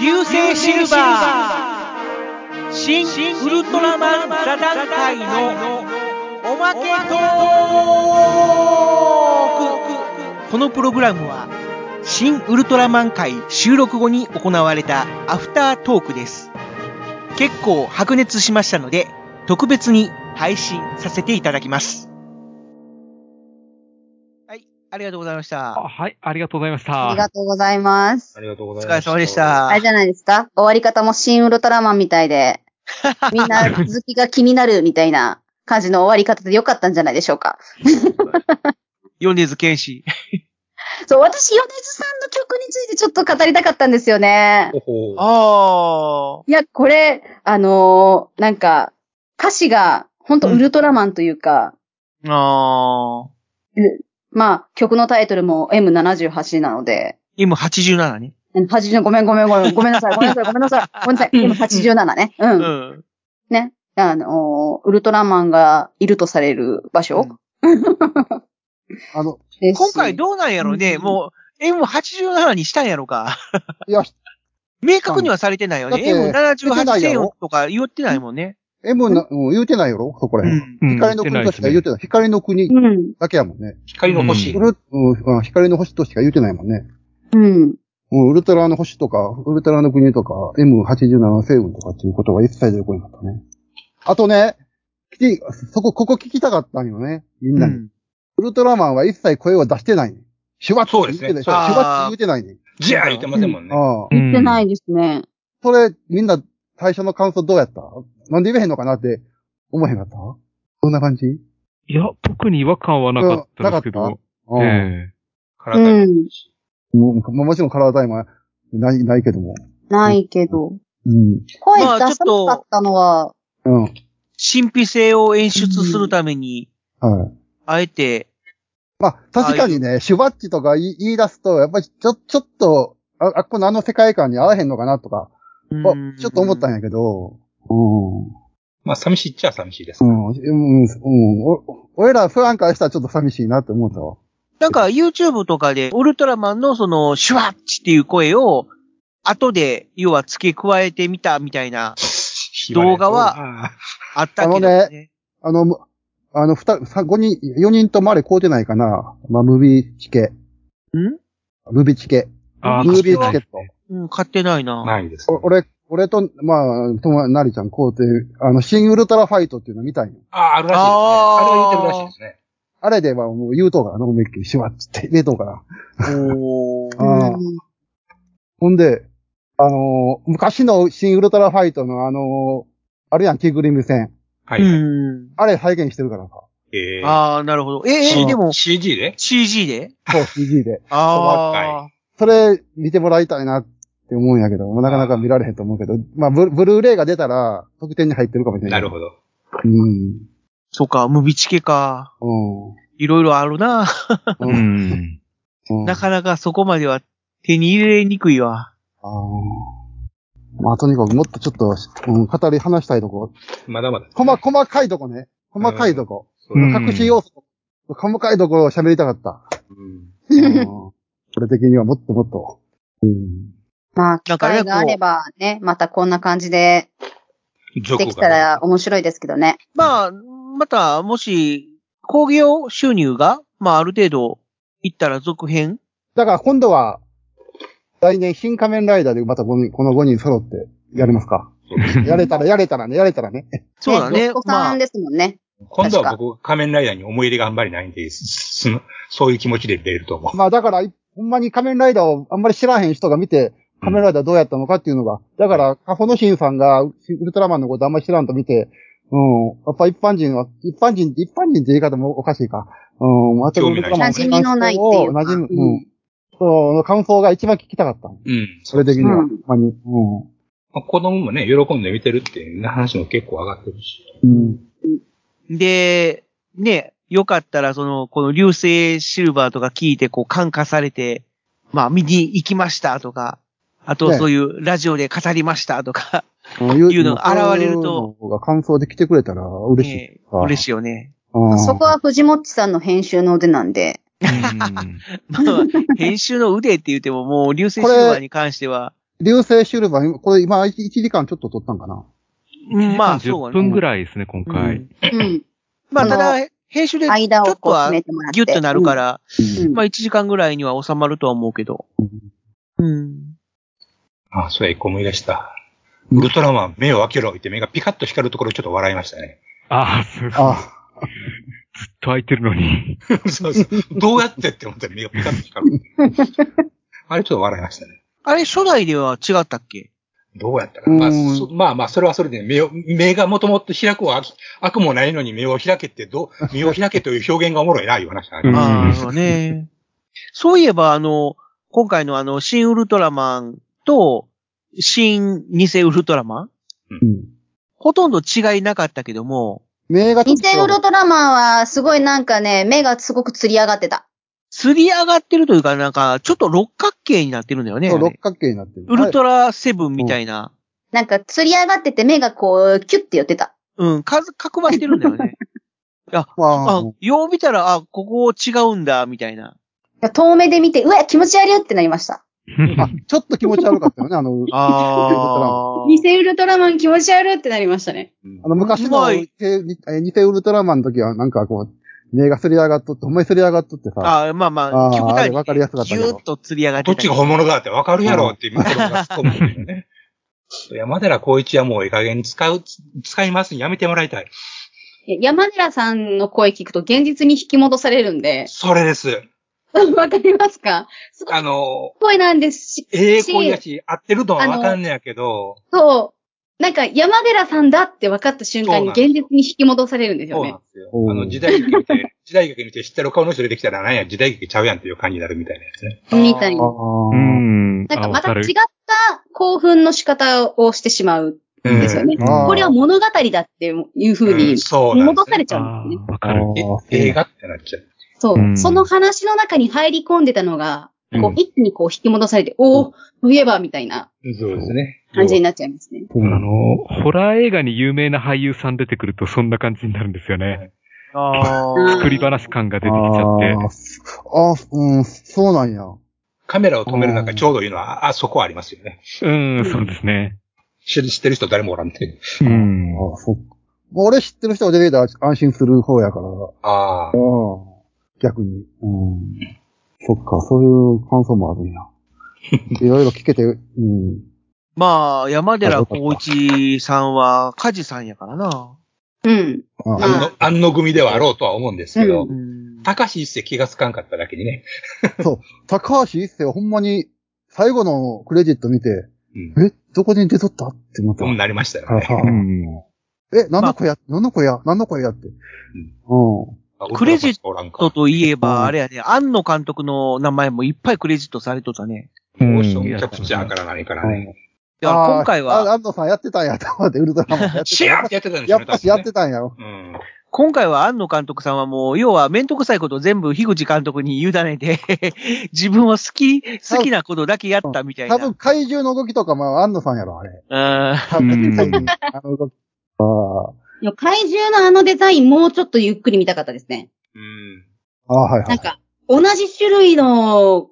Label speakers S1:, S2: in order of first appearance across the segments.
S1: 流星シルバー新ウルトラマン座談会のおまけトークこのプログラムは新ウルトラマン会収録後に行われたアフタートークです結構白熱しましたので特別に配信させていただきますはいありがとうございました
S2: あはい、ありがとうございまし
S3: あ
S2: た
S3: り。がとうございます
S4: あ。りがとうご
S1: お疲
S4: ざいま
S1: れ
S4: す。
S1: 様でし。
S3: あれ
S1: た
S3: じゃないですか終わり方も新ウルトラマンみた いで、みんな続きが気になるみたいな感じの終わり方でよかったんじゃないでしょうか。
S1: 米津玄師
S3: そう、私、米津さんの曲についてちょっと語りたかったんですよね。
S4: ほほう
S1: ああ。
S3: いや、これ、あのーなんか、歌詞が、本当ウルトラマンというか、
S1: ああ。
S3: まあ、曲のタイトルも M78 なので、
S1: 今87ね。
S3: 80、ごめんごめんごめん、ごめんなさい、ごめんなさい、ごめんなさい、ごめんなさい、M87 ね。う。
S1: うんん。
S3: ね。あのーウルトラマンがいるとされる場所、
S1: うん
S5: あの、
S3: です
S1: 今回どうなんやろね、
S3: うん
S1: もう M87 にしたんやろか。
S5: いや、
S1: 明確にはされてないよね。
S5: だって出てないや
S1: M78
S5: ろ
S1: とか言ってないもんね。
S5: M な、うん、言うてないやろそこら
S1: うん。
S5: 辺。
S2: うん。
S5: 光の国としか言うてない。光の国
S3: うん。
S5: だけやもんね。
S4: 光の星。
S5: ウル、うんうん、光の星としか言うてないもんね。
S3: うん。
S5: うん、ウルトラの星とか、ウルトラの国とか、M87 星雲とかっていうことは一切出てこなかったね。あとね、きそこ、ここ聞きたかったんよね。みん
S1: う
S5: なに。
S1: ん
S5: ウルトラマンは一切声を出してないね。シュワッ
S4: そう
S5: チ
S4: ですね
S5: 言うてない。シュ
S1: あー
S5: ワッチ言うてないね。
S4: じゃあ言ってませんもんね。
S5: ああ。
S3: 言ってないいですね。
S5: それ、みんな、最初の感想どうやったなんで言えへんのかなって、思えへんかったどんな感じ
S2: いや、特に違和感はなかったですけ
S5: うんな
S2: ど。
S5: うん
S2: え
S4: 体が
S5: もももちろん体もない、ないけども。
S3: ないけど。
S5: うん。
S3: 声出
S1: まあ
S3: さなかったのは、
S5: うん。
S1: 神秘性を演出するために、
S5: はい。
S1: あえて、
S5: まあ、確かにね、シュバッチとか言い言い出すと、やっぱりちょ、ちょっと、あ、あこのあの世界観に合わへんのかなとか、あ
S1: うん
S5: ちょっと思ったんやけど、うん。
S4: まあ、寂しいっちゃ寂しいです
S5: う。ん、うん、うん、お俺らファンからしたらちょっと寂しいなって思ったわ。
S1: なんか YouTube とかで、ウルトラマンのその、シュワッチっていう声を、後で、要は付け加えてみたみたいな、動画は、あったけど
S5: あの
S1: ね。
S5: あの、むあの、二人、さ五人、四人とまで買うてないかな。まあ、ムービーチケ。
S1: ん
S5: ムービーチケ。
S2: えあ
S5: ムービー
S2: 買
S5: チ
S2: っ
S5: ケ
S2: て
S5: ット。
S1: うん、買ってないな。
S4: ないです。
S5: お俺、俺と、まあ、とも、なりちゃん、こうて、あの、新ウルトラファイトっていうの見たいの。
S4: ああ、あるらしいですね。あれは言ってるらしいですね。
S5: あれではもう言うとうからな、思いっきり、シュワッつって入れとうから。
S1: おー。
S5: ああ
S3: うん
S5: ほんで、あのー昔の新ウルトラファイトのあのーあるやん、着ぐるみ戦。
S4: はい。
S1: うん。
S5: あれ再現してるからさ。
S4: えー
S1: ああ、なるほど。ええ、
S5: うん
S1: でも、
S4: CG で
S1: CG で
S5: そう、CG で。
S1: ああ。
S5: それ、見てもらいたいなって思うんやけど、もうなかなか見られへんと思うけど、まあ、ブルブルーレイが出たら、特典に入ってるかもしれな。
S4: ないるほど。
S5: ど。うん。
S1: そうか、ムビチケか。
S5: うん。
S1: いろいろあるな。
S2: う。ん。
S5: うん
S1: なかなかそこまでは手に入れにくいわ。
S5: あーまあ、とにかくもっとちょっと、うん、語り話したいとこ。
S4: まだまだ。
S5: 細、細かいとこね。細かいとこ。
S2: うん
S5: 隠し要素。細かいところを喋りたかった。
S4: うん
S5: うんこれ的にはもっともっと。うん。
S3: まあ、
S1: な
S3: 機
S1: んかね
S3: 会があればね、またこんな感じでできたら面白いですけどね。
S1: まあ、また、もし、工業収入が、まあ、ある程度、いったら続編
S5: だから今度は、来年新仮面ライダーでまた5人、この5人揃ってやりますか。やれたら、やれたらね、やれたらね。
S1: そうだね
S3: 息子。
S1: ま
S3: さ
S1: あ
S3: ん、ですもんね。
S4: 今度は僕、仮面ライダーに思い入れがあんまりないんで、そのそういう気持ちで出れると思う。
S5: まあだから、ほんまに仮面ライダーをあんまり知らへん人が見て、仮面ライダーどうやったのかっていうのが、だから、カホノシンさんがウルトラマンのことあんまり知らんと見て、うん、やっぱ一般人は、一般人って、一般人って言い方もおかしいか。うん、全くウルトラマン
S3: 馴染みのないっていうか。
S5: 馴染み、
S3: う
S5: うん。その感想が一番聞きたかった。
S4: うん。
S5: それ的には、
S3: う
S5: ほ
S3: ん
S5: んまに。うん。
S4: まあ子供もね、喜んで見てるっていう話も結構上がってるし。
S5: うん。
S1: で、ね、よかったら、その、この流星シルバーとか聞いて、こう、感化されて、まあ、見に行きましたとか、あと、
S5: ね
S1: そういう、ラジオで語りましたとか、
S5: うんい
S1: いうのが現れると。
S5: そういうのが感想で来てくれたら嬉しい。
S1: ね嬉しいよね。
S5: うん
S3: そこは藤もっちさんの編集の腕なんで。
S2: うん
S1: まあ、編集の腕って言っても、もう、流星シルバーに関しては、
S5: 流星シルバー、これ今1、1時間ちょっと撮ったんかな。
S1: うん まあ、そうは
S2: 10
S1: ね。
S2: 分ぐらいですね、今
S1: う
S2: 回。
S1: ん
S6: うん。
S1: まあ、
S6: その
S1: ただ、編集でち
S6: 間
S1: ょ
S6: を
S1: っと
S6: こう
S1: は
S6: 詰めてもらって。
S1: ギュッとなるから、
S6: うん。
S1: まあ1時間ぐらいには収まるとは思うけど。うん。
S4: ああ、それ一個思い出した。ウルトラマン、目を開けろって目がピカッと光るところちょっと笑いましたね。
S2: ああ、すごい。ずっ
S5: あ
S2: と空いてるのに。
S4: そうそう。どうやってって思ったら目がピカッと光 る。あれちょっと笑いましたね。
S1: あれ、初代では違ったっけ
S4: どうやったかな。まあ、
S5: うん
S4: そまあまあ、それはそれで目を、目がもともと開くは悪もないのに目を開けってどう、目を開けという表現がおもろいな、いう話があり
S2: うん
S4: ま
S1: ああ、そうね。そういえば、あの、今回のあの、新ウルトラマンと、新偽ウルトラマン
S5: うん。
S1: ほとんど違いなかったけども、
S5: 名がちょ
S6: 偽
S5: っと
S6: ウルトラマンは、すごいなんかね、目がすごく釣り上がってた。
S1: 釣り上がってるというか、なんか、ちょっと六角形になってるんだよね。
S5: そう
S1: あれ
S5: 六角形になってる。
S1: ウル
S5: ラ
S1: トラセブンみたいな。
S6: なんか釣り上がってて目がこう、キュッて寄ってた。
S1: うん、数、角張ってるんだよ ね。
S5: マ
S1: あ、よう見たら、あ、ここ違うんだ、みたい な。
S6: 遠目で見て、うわ、気持ち悪いってなりました。
S5: あ、ちょっと気持ち悪かったよね、あの、
S1: あー。
S6: 偽ウルトラマン気持ち悪いってなりましたね。
S5: あの昔
S1: うま
S5: の
S1: い
S5: 偽え偽ウルトラマンの時は、なんかこう、目がすり上がっとって、ほんまにすり上がっとってさ、
S1: あーまあま
S5: あ
S1: あ、
S5: ー
S1: 極端
S5: あれわかりやすか
S1: に
S5: った
S1: ギ
S5: けど
S1: ューッと釣り上がって
S4: どったち
S1: り
S4: が本物だってわかるやろって今、子供が突っ込むんだよね。山寺孝一はもういい加減使う、使いますやめてもらいたい。
S3: 山寺さんの声聞くと現実に引き戻されるんで、
S4: それです。
S3: わかりますかすごい
S4: あの、
S3: 声なんですし、
S4: ええ恋だし、合ってるのはわかんねやけど、
S3: そう、なんか山寺さんだって分かった瞬間に
S4: そうなん
S3: 現
S4: ですよ
S3: 実に引き戻されるんです
S4: そ
S3: よ
S4: うな
S3: ね
S4: ん。ですよ。
S5: おー
S4: あの、時代劇見て、 時代劇見て知ってる顔の人出てきたら、なんや、時代劇ちゃうやんっていう感じになるみたいなやつね。
S3: みたい
S5: あ
S3: な。
S5: ー
S2: うん。
S3: なんか
S2: あ
S3: ま
S2: わ
S3: た
S2: か
S3: 違っ
S2: る
S3: た興奮の仕方をしてしまうん
S4: うん
S3: ですよね。
S5: んあー
S3: これは物語だっていう風
S4: う
S3: に
S4: んそうなんで
S3: 戻
S4: すね
S3: されちゃうん
S2: あ
S3: ですね。
S2: ーわ
S5: あ
S2: かる。
S5: ー
S4: え映画ってなっちゃう。
S3: そう、
S2: うん
S3: その話の中に入り込んでたのが、こ
S4: う
S3: うん一気にこう引き戻されて、おお、そういえばみたいな
S4: そうですね。
S3: 感じになっちゃいますね。
S5: そう
S2: あ
S5: なの。
S2: の、ホラー映画に有名な俳優さん出てくるとそんな感じになるんですよね。
S1: あ
S3: うん
S1: ー
S2: 作り話感が出てきちゃって
S5: あ。ーすあー、うん、そうなんや。
S4: カメラを止める中ちょうどいいのは、あ、あそこはありますよね。
S2: うん、そうですね。
S4: 知知ってる人誰もおらんて。
S2: うん。
S5: ああ、そっか。もう俺知ってる人が出てきたら安心する方やから、
S4: ああ。
S5: 逆に。うん。そっか、そういう感想もあるんや。いろいろ聞けて、うん。
S1: まあ、山寺孝一さんは、梶さんやからな。
S3: うん。
S5: あ
S3: ま
S4: 安
S3: あ
S4: の、安の組ではあろうとは思うんですけど
S1: う、ん。
S4: 高橋一生気がつかんかっただけにね。
S5: 高橋一生はほんまに最後のクレジット見て、
S4: うん。
S5: え、どこに出とったって思った。
S4: そうなりましたよ
S5: は
S4: ね。
S5: は
S2: うん
S5: え、何の子や、何の子や、何の子やって。うん。
S1: クレジッ
S4: トなんか
S1: と。といえ
S5: うん
S1: ば、あれやね、庵野監督の名前もいっぱいクレジットされとったね。
S4: モーションキャプチャーから何からね。
S1: いや、今回
S5: あ、
S1: は、
S5: 安藤さんやってたんやと思って、ウルトラマンやってた。
S4: シャーって やってたんですよ
S5: やっ
S4: ね。
S5: ぱしやって
S4: た。
S5: たんやろ。
S4: うん。
S1: 今回は庵野監督さんはもう、要は面倒くさいことを全部樋口監督に委ねて、 自分は好き、好きなことだけやったみたいな。
S5: 多分怪獣の動きとかも安藤さんやろ、あれ。
S1: うん
S5: 多分怪獣あの動き。
S3: いや怪獣のあのデザインもうちょっとゆっくり見たかったですね。
S4: うん。
S5: ああ、はいは
S3: ないん。か、同じ種類の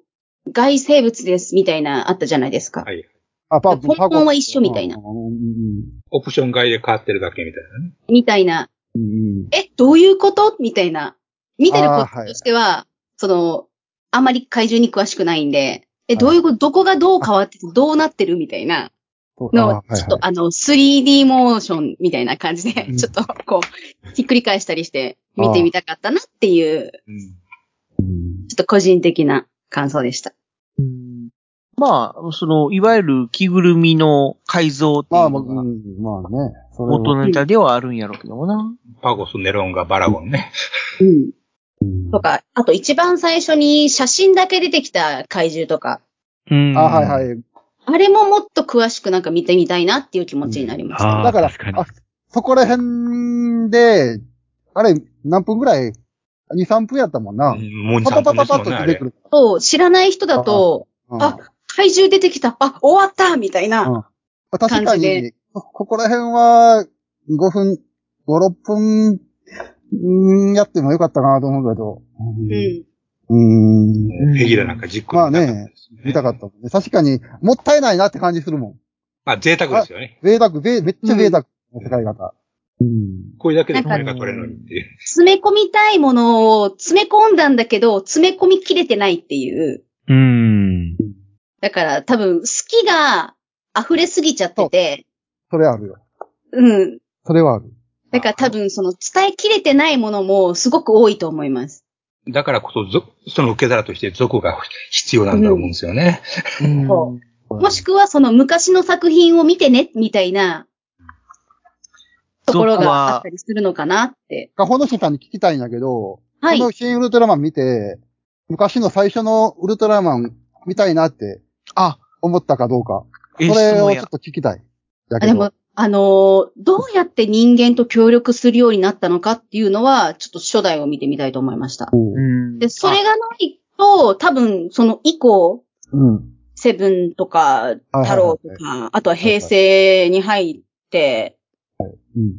S3: 外生物ですみたいなあったじゃないですか。
S4: はい。
S5: あ、パ
S3: 根本は一緒みたいな
S5: うんうん
S4: オプション外で変わってるだけみたいなね。
S3: みたいな、
S5: うんうん。
S3: え、どういうことみたいな。見てるこ
S5: あーはい
S3: ととしては、その、あまり怪獣に詳しくないんで、え、
S5: い
S3: どういうこと、どこがどう変わってて、どうなってるみたいな
S5: そうあ
S3: の
S5: は、いはい
S3: ちょっとあの、3D モーションみたいな感じで、ちょっとこう、ひっくり返したりして、見てみたかったなっていう、
S4: うん。
S5: うん
S3: ちょっと個人的な感想でした。
S1: うんまあ、その、いわゆる着ぐるみの改造ってい
S5: ま
S1: う
S5: あ、まあ
S1: の
S5: う
S1: が、
S5: んまあね。それは
S1: 元ネタではあるんやろうけどもな。
S4: パゴス、ネロンガ、バラゴンね。
S3: うん。
S5: うん
S3: とか、あと一番最初に写真だけ出てきた怪獣とか、
S2: うん
S5: あ、はいはい。
S3: あれももっと詳しくなんか見てみたいなっていう気持ちになりました。
S2: あー
S5: だから
S2: 確か、に
S5: あ、そこら辺で、あれ、何分ぐらい ?2、3分やったもん
S4: う
S5: な。
S4: んもう
S5: パパ
S4: 3
S5: パ
S4: 分で
S5: パ
S4: す
S5: パ
S4: も
S5: ッ
S4: んね、
S5: と
S4: あ
S5: 出て
S4: れ
S5: く。る。
S3: そう、知らない人だと、
S5: うん
S3: あ、怪獣出てきた、あ、終わったみたいな。
S5: 確か
S3: 感じで
S5: に、こここら辺は、5分、5、6分、うんやってもよかったかなと思うけど。
S3: うん。
S5: うーん。
S4: ペギラなんかじっくり
S5: まあ
S4: 見たかった
S5: ね
S4: です、
S5: 見たかったもんね。確かに、もったいないなって感じするもん。
S4: まあ贅沢ですよね。
S5: 贅沢、ぜめっちゃ贅沢の世界型。うん。
S4: これだけで米が取れるのにっていう。
S3: 詰め込みたいものを詰め込んだんだけど、詰め込みきれてないっていう。
S2: うーん。
S3: だから多分、好きが溢れすぎちゃってて、
S5: それあるよ。
S3: うん。
S5: それはある。
S3: だから多分、その伝えきれてないものもすごく多いと思います。
S4: だからこそぞ、その受け皿として族が必要なんだと思うんですよね。
S3: そ
S5: うん
S3: もしくはその昔の作品を見てね、みたいなところ
S1: 族
S3: が
S1: は
S3: あったりするのかなって。
S5: か、ほのしさんに聞きたいんだけど、
S3: はい
S5: こ。の新ウルトラマン見て、昔の最初のウルトラマン見たいなって
S1: あ、
S5: 思ったかどうか。
S1: ええ
S5: そ
S1: 質
S5: れを
S1: 問
S5: ちょ
S1: や
S5: っ。と聞きたい。だ
S3: あ
S5: け
S3: で
S5: ど
S3: も、あのーどうやって人間と協力するようになったのかっていうのは、ちょっと初代を見てみたいと思いました。
S1: うん
S3: で、それがないと、多分、その以降、
S5: うん。
S3: セブンとか、
S5: はいはいはい
S3: 太郎とか、あとは平成に入って、
S5: うん。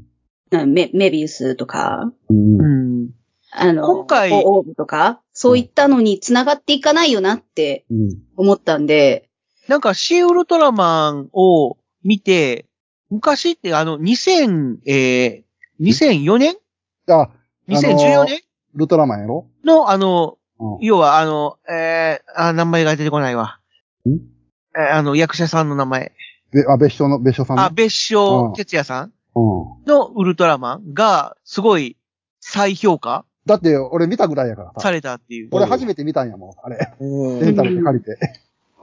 S3: なメメビウスとか、
S5: うん
S1: あうん
S3: あの、
S1: 今回
S3: オオーブとか、そういったのに繋がっていかないよなって
S5: うん。
S3: 思ったんで、
S1: なんか、シーウルトラマンを見て、昔ってあの、2000、えー、2004年
S5: あ、
S1: ?2014 年
S5: ウルトラマンやろ
S1: の、あの、
S5: うん
S1: 要は、あの、えー、あ、名前が出てこないわ。
S5: ん
S1: えーあの、役者さんの名前。
S5: べあ、別所の、別所さんの。
S1: あ、別
S5: う
S1: 所
S5: ん
S1: 哲也さん
S5: うん。
S1: のウルトラマンが、すごい、再評価
S5: だって、俺見たぐらいやから
S1: さ
S5: さ。
S1: れたっていう。
S5: 俺初めて見たんやもん、あれ。
S1: うん
S5: レンタルで借りて。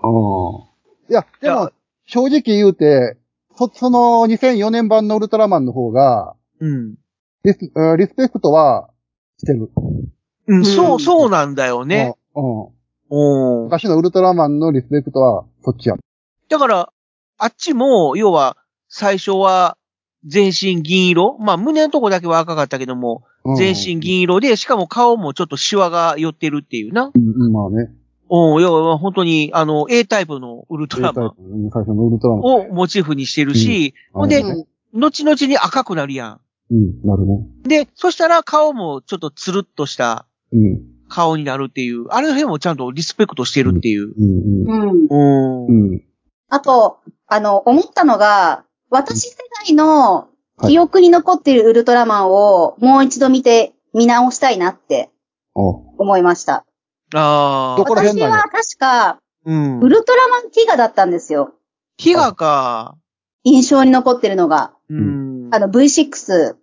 S5: うん。いや、で
S1: い
S5: も、正直言うて、そ、その2004年版のウルトラマンの方が、
S1: うん。
S5: リスえーリスペクトはしてる。
S1: うん、そう、そうなんだよね。
S5: うん。う
S1: うん。
S5: ん。昔のウルトラマンのリスペクトは、そっちやもん。
S1: だから、あっちも、要は、最初は、全身銀色まあ、胸のとこだけは赤かったけども、
S5: うん
S1: 全身。銀色で、しかも顔もちょっとシワが寄ってるっていうな。
S5: うん、うんまあね。
S1: うん、要は本当に、あの、A タイプのウルトラマン
S5: A タイプうん最初のウルトラマン。
S1: をモチーフにしてるし、ほん
S5: う
S1: で、
S3: うん
S1: 後々に赤くなるや
S5: うん、なるね。
S1: ん。で、そしたら顔もちょっとつるっとした
S5: うん、
S1: 顔になるっていう、あの辺もちゃんとリスペクトしてるっていう。
S5: うん、
S3: うん。
S1: うん。
S5: うん。うん。
S6: あと、あの、思ったのが、私世代の記憶に残っているウルトラマンをもう一度見て、見直したいなって
S5: あ
S6: 思いました。
S1: あ
S5: どこ
S1: あ。
S5: ら
S6: 私
S5: 辺なんや
S6: は確か、
S1: うん
S6: ウ。ルトラマンティガだったんですよ。
S1: ヒガか。
S6: 印象に残ってるのが。
S1: うん。
S6: あの、V6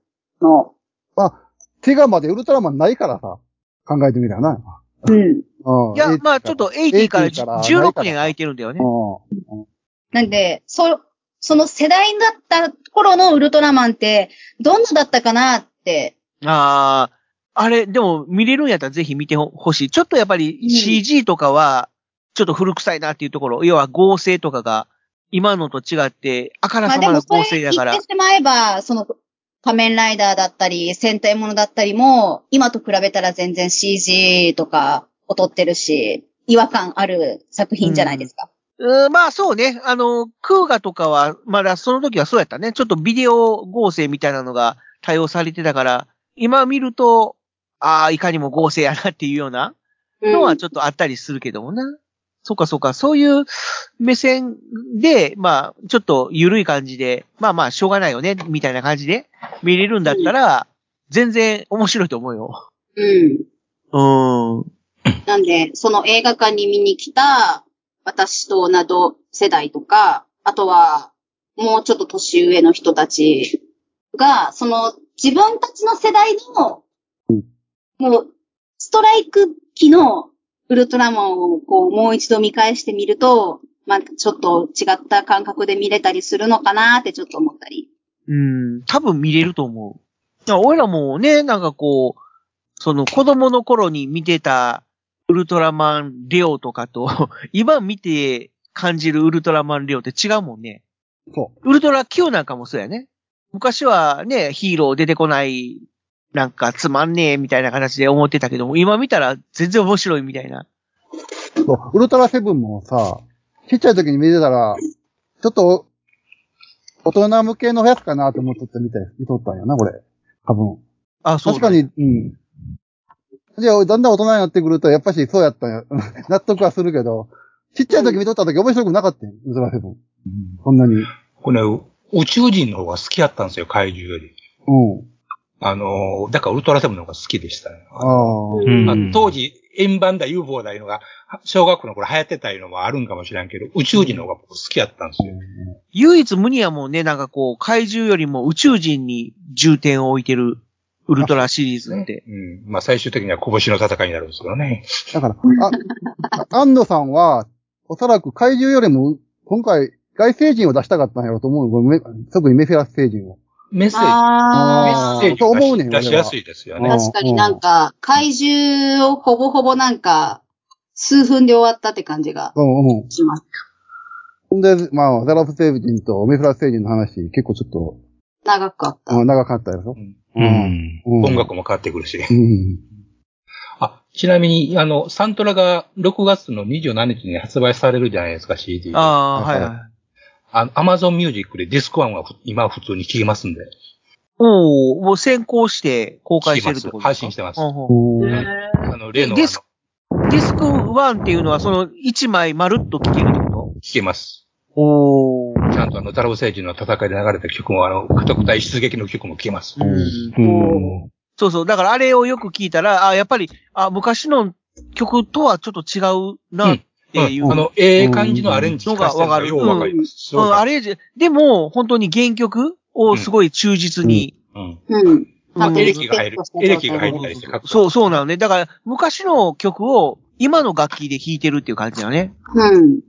S6: の、
S5: あ、手がまでウルトラマンないからさ、考えてみたらな。
S6: うん。
S5: うん
S1: いや、まあちょっと80から
S5: 80から
S1: 16年空いてるんだよね。
S5: う
S6: なんで、そ、その世代だった頃のウルトラマンって、どんなだったかなって、
S1: ああ、あれ、でも見れるんやったらぜひ見てほしい。ちょっとやっぱり CG とかは、ちょっと古臭いなっていうところ。要は合成とかが、今のと違って、あから
S6: まあ
S1: さ
S6: で
S1: ま
S6: も
S1: な
S6: それ
S1: 合成
S6: 言
S1: だ
S6: ってし
S1: から。
S6: まえば、その、仮面ライダーだったり、戦隊ものだったりも、今と比べたら全然 CG とか劣ってるし、違和感ある作品じゃないですか。
S1: うんまあそうね。あの、クーガとかは、まだその時はそうやったね。ちょっとビデオ合成みたいなのが対応されてたから、今見ると、ああ、いかにも合成やなっていうようなのはちょっとあったりするけどもな。そうかそうか、そういう目線で、まあ、ちょっと緩い感じで、まあまあ、しょうがないよね、みたいな感じで見れるんだったら、全然面白いと思うよ。
S3: うん。
S1: うん。
S3: なんで、その映画館に見に来た私と同世代とか、あとはもうちょっと年上の人たちが、その自分たちの世代の、もうストライク期のウルトラマンをこうもう一度見返してみると、まあちょっと違った感覚で見れたりするのかなってちょっと思ったり。
S1: うん、多分見れると思う。だから俺らもね、なんかこう、その子供の頃に見てたウルトラマンレオとかと、 今見て感じるウルトラマンレオって違うもんね。
S5: ん。そ
S1: ウルトラ Q なんかもそうやね。昔はね、ヒーロー出てこない、なんかつまんねえみたいな形で思ってたけども、今見たら全然面白いみたいな。
S5: う。そう。ウルトラセブンもさ、ちっちゃい時に見てたら、ちょっと、大人向けのやつかなと思っとって見て、見とったんやな、これ。多分。
S1: あ、そう
S5: 確
S1: だ
S5: か
S1: ね、
S5: に、うん。で、だんだん大人になってくると、やっぱしそうやったん や。納得はするけど、ちっちゃい時見とった時面白くなかったよ。ウズラセブン。そんなに。うん。
S4: これ、宇宙人の方が好きやったんですよ、怪獣より。あの、だからウルトラセブンの方が好きでしたね。
S5: ああ。
S2: うん
S4: まあ当時、円盤だ UFO だいうのが、小学校の頃流行ってたいうのもあるんかもしれんけど、宇宙人の方が僕好きやったんですよ。
S1: 唯一無二やもんね、なんかこう、怪獣よりも宇宙人に重点を置いてるウルトラシリーズって。
S4: うん。まあ最終的には拳の戦いになるんですけどね。
S5: だから、あ、 安野さんは、おそらく怪獣よりも、今回、外星人を出したかったんやろうと思う。ごめん特にメフィラス星人を。
S4: メッセージ。メ
S5: あ
S4: ッ
S5: ー
S4: セージを出
S5: そう思うね
S4: し
S5: ん
S4: 出しやすいですよね。
S3: 確かになんか、怪獣をほぼほぼなんか、数分で終わったって感じが
S5: うんうん。
S3: します。
S5: ほんで、まあ、ザラフ星人とメフィラス星人の話、結構ちょっと、
S3: 長かった。
S5: うん長かったやろ。
S2: う
S5: うん
S2: ん。
S5: うん
S4: 音。楽も変わってくるし。
S5: うん。
S4: あ、ちなみに、あの、サントラが6月の27日に発売されるじゃないですか、CD。あ
S1: ああー、はいはい。
S4: の、アマゾンミュージックでディスコワンはふ今普通に聴けますんで。
S1: おお、もう先行して公開してるってことですか
S4: 聞きます配信してます
S1: うんうん
S5: うん
S4: あの、例のあ
S1: ディ
S4: の、
S1: ス
S4: 聴
S1: ディスク1っていうのはその1枚まるっと聴けるってこ
S4: けます。
S1: とおー。
S4: ちゃんとあの、ザラブ星人の戦いで流れた曲も、あの、家督隊出撃の曲も聴けます。
S1: うん
S2: うん
S1: そうそう。だからあれをよく聞いたら、あやっぱり、あ、昔の曲とはちょっと違うなっていう。
S4: うん
S1: う
S4: あ
S1: ん
S4: の、ええ感じのアレンジ聞かせてるのがようわかります。すごい
S1: あれじゃ、でも、本当に原曲をすごい忠実に。
S4: うん。
S3: うん。
S1: うん
S3: うん
S4: エレキが入る。エレキが入ったりしてかっこいい
S1: そう、そうなのね。だから、昔の曲を今の楽器で弾いてるっていう感じだね。
S3: うん。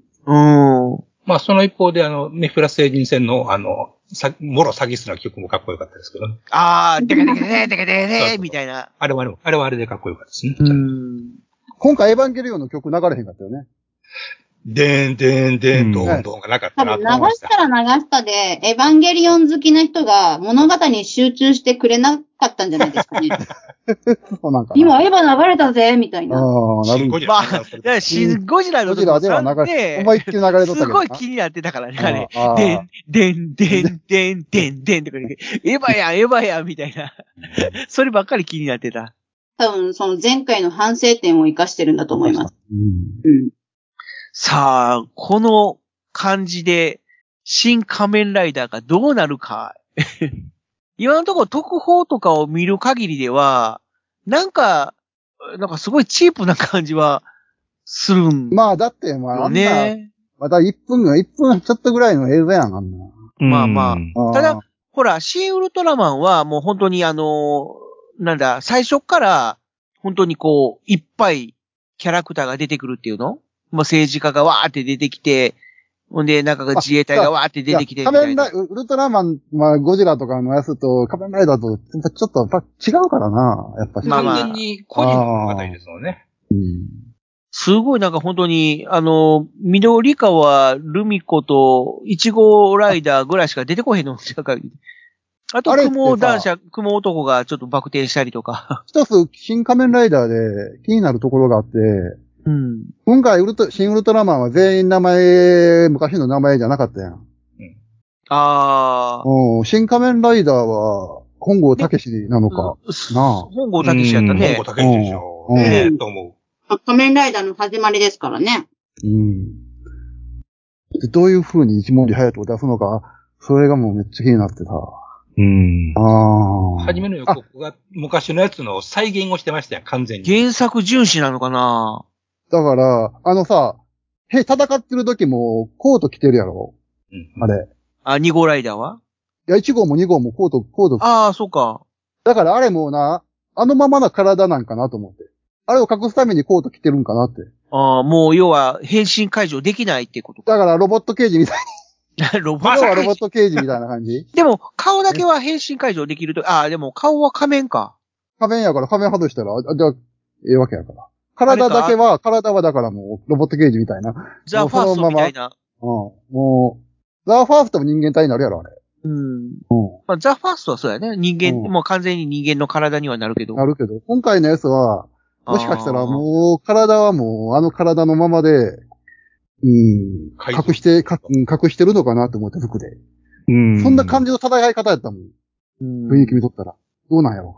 S1: うん。
S4: まあ、その一方で、あの、メフラス星人戦の、あの、さ、もろ詐欺すな曲もかっこよかったですけどね。
S1: あー、てかてかてかてかてかてかみたいな。
S4: あれはあれも、あれはあれでかっこよかったですね。
S1: うん。
S5: 今回、エヴァンゲリオンの曲流れへんかったよね。
S4: でんでんでん、どんどんがなかった
S3: 多
S4: な
S3: 分
S4: と
S3: 流
S4: 思いまし。
S3: したたら流したで、エヴァンゲリオン好きな人が物語に集中してくれなかったんじゃないです かね。
S5: そうなんかな。
S3: 今エヴァ流れたぜ、みたいな。
S5: ああ、な
S4: シン
S5: る
S4: ゴ
S5: ほど。
S4: ジ
S1: ま
S4: ラ
S1: あ、だからシン・ゴジラの
S5: ゴ
S1: 時
S5: ジ
S1: も
S5: ラでは流れ、
S1: で
S5: 思いっきり流れとったけどな。
S1: すごい気になってたからね、あれ。
S5: あ
S1: で
S5: ー
S1: ん、でん、でん、でん、でん、でんとか言って、エヴァやん、エヴァやん、みたいな。そればっかり気になってた。
S3: 多分その前回の反省点を活かしてるんだと思います。
S5: うん
S3: うん。
S1: さあ、この感じで、新仮面ライダーがどうなるか。今のところ特報とかを見る限りでは、なんか、なんかすごいチープな感じはするん
S5: まあ、だって、まあ、あ
S1: よ
S5: んな、
S1: ね。
S5: また1分が、1分ちょっとぐらいの映像やん、あんな。
S1: まあまあ
S2: うん
S5: あー
S1: ただ、ほら、シン・ウルトラマンはもう本当にあのーなんだ、最初っから、本当にこう、いっぱいキャラクターが出てくるっていうのまあ、政治家がわーって出てきて、ほんで、なんか自衛隊がわーって出てきてみ
S5: いや
S1: た
S5: 仮
S1: い
S5: 面
S1: な
S5: ライ。ウルトラマン、まあ、ゴジラとかのやつと、仮面ライダーと、やっぱちょっと、やっぱ違うからな、やっぱし。
S1: まあまあ
S4: 完全に個人の物語ですもんね。
S5: うん
S1: すごいなんか本当に、あのー、緑川ルミ子と、イチゴライダーぐらいしか出てこへんのちゃうかあと、
S5: あれってさ
S1: 雲男爵、雲男がちょっとバク転したりとか。
S5: 一つ、新仮面ライダーで気になるところがあって、
S1: うん。
S5: 今回ウルト、新ウルトラマンは全員名前、昔の名前じゃなかったやん。
S1: あー。
S5: うん、新仮面ライダーは、本郷武史なのか。
S1: うん
S5: なあ
S1: 本郷武史やったね
S4: 本。郷武でしょ。
S5: うん
S4: ね
S3: うん
S4: と思
S3: 仮面ライダーの始まりですからね。
S5: うん。でどういう風に一文字隼人を出すのか、それがもうめっちゃ気になってさ。
S2: うん
S5: あ。あ
S4: う。。初めの予告が昔のやつの再現をしてましたよ、完全に。
S1: 原作純子なのかな
S5: だから、あのさ、へ、戦ってる時もコート着てるやろ
S4: うん
S5: あれ。
S1: あ、2号ライダーはい
S5: や、1号も2号もコート、コート。
S1: ああ、そうか。
S5: だからあれもうな、あのままな体なんかなと思って。あれを隠すためにコート着てるんかなって。
S1: ああ、もう要は変身解除できないって こと
S5: だからロボット刑事みたい
S1: か。ロボッ
S5: な。要
S1: ト
S5: はロ
S1: 解
S5: ボッ
S1: 除。
S5: ト刑事みたいな感じ
S1: でも、顔だけは変身解除できると、ああ、でも顔は仮面か。
S5: 仮面やから仮面外したら、あじゃあ、ええわけやから。体だけは、体はだからもうロボット刑事みたいな。
S1: ザ・ファーストみたいな。
S5: うん。もう、ザ・ファーストも人間体になるやろ、あれ。
S1: うん。
S5: う
S1: まあ、ザ・ファーストはそうやね。人間、
S5: うん
S1: もう完全に人間の体にはなるけど
S5: ん。。なるけど、今回のやつは、もしかしたら
S1: う。
S5: もう、体はもう、あの体のままで、うん、
S4: 改造
S5: 隠して、かうん隠してるのかなと思って、服で。
S2: うん。
S5: そんな感じの戦い方やったもん。
S1: うん
S5: 雰囲気見とったら。どうなんやろう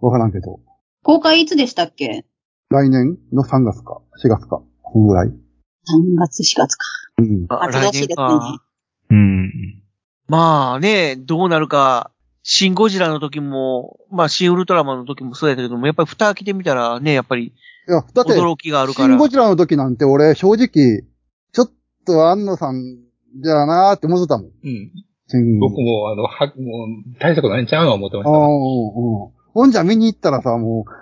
S5: か。わからんけど。
S3: 公開いつでしたっけ
S5: 来年の3月か、4月か、このぐらい。
S3: 3月、4月か。
S5: うん。
S1: あ
S3: 夏らしいで
S1: 来
S3: すね
S1: 年か
S2: うん。
S1: まあね、どうなるか、シン・ゴジラの時も、まあ、シン・ウルトラマンの時もそうやったけども、やっぱり蓋開けてみたらね、やっぱり
S5: いや、だって、
S1: 驚きがあるか
S5: シン
S1: ら
S5: ゴ。ジラの時なんて俺、正直、ちょっと安野さんじゃなーって思ってたもん。
S4: うん。
S5: シン
S4: 僕も、あの、は、もう、大したことないんちゃうの思ってました
S5: ああ、
S4: わ。
S5: うんうん。ほんじゃ見に行ったらさ、もう、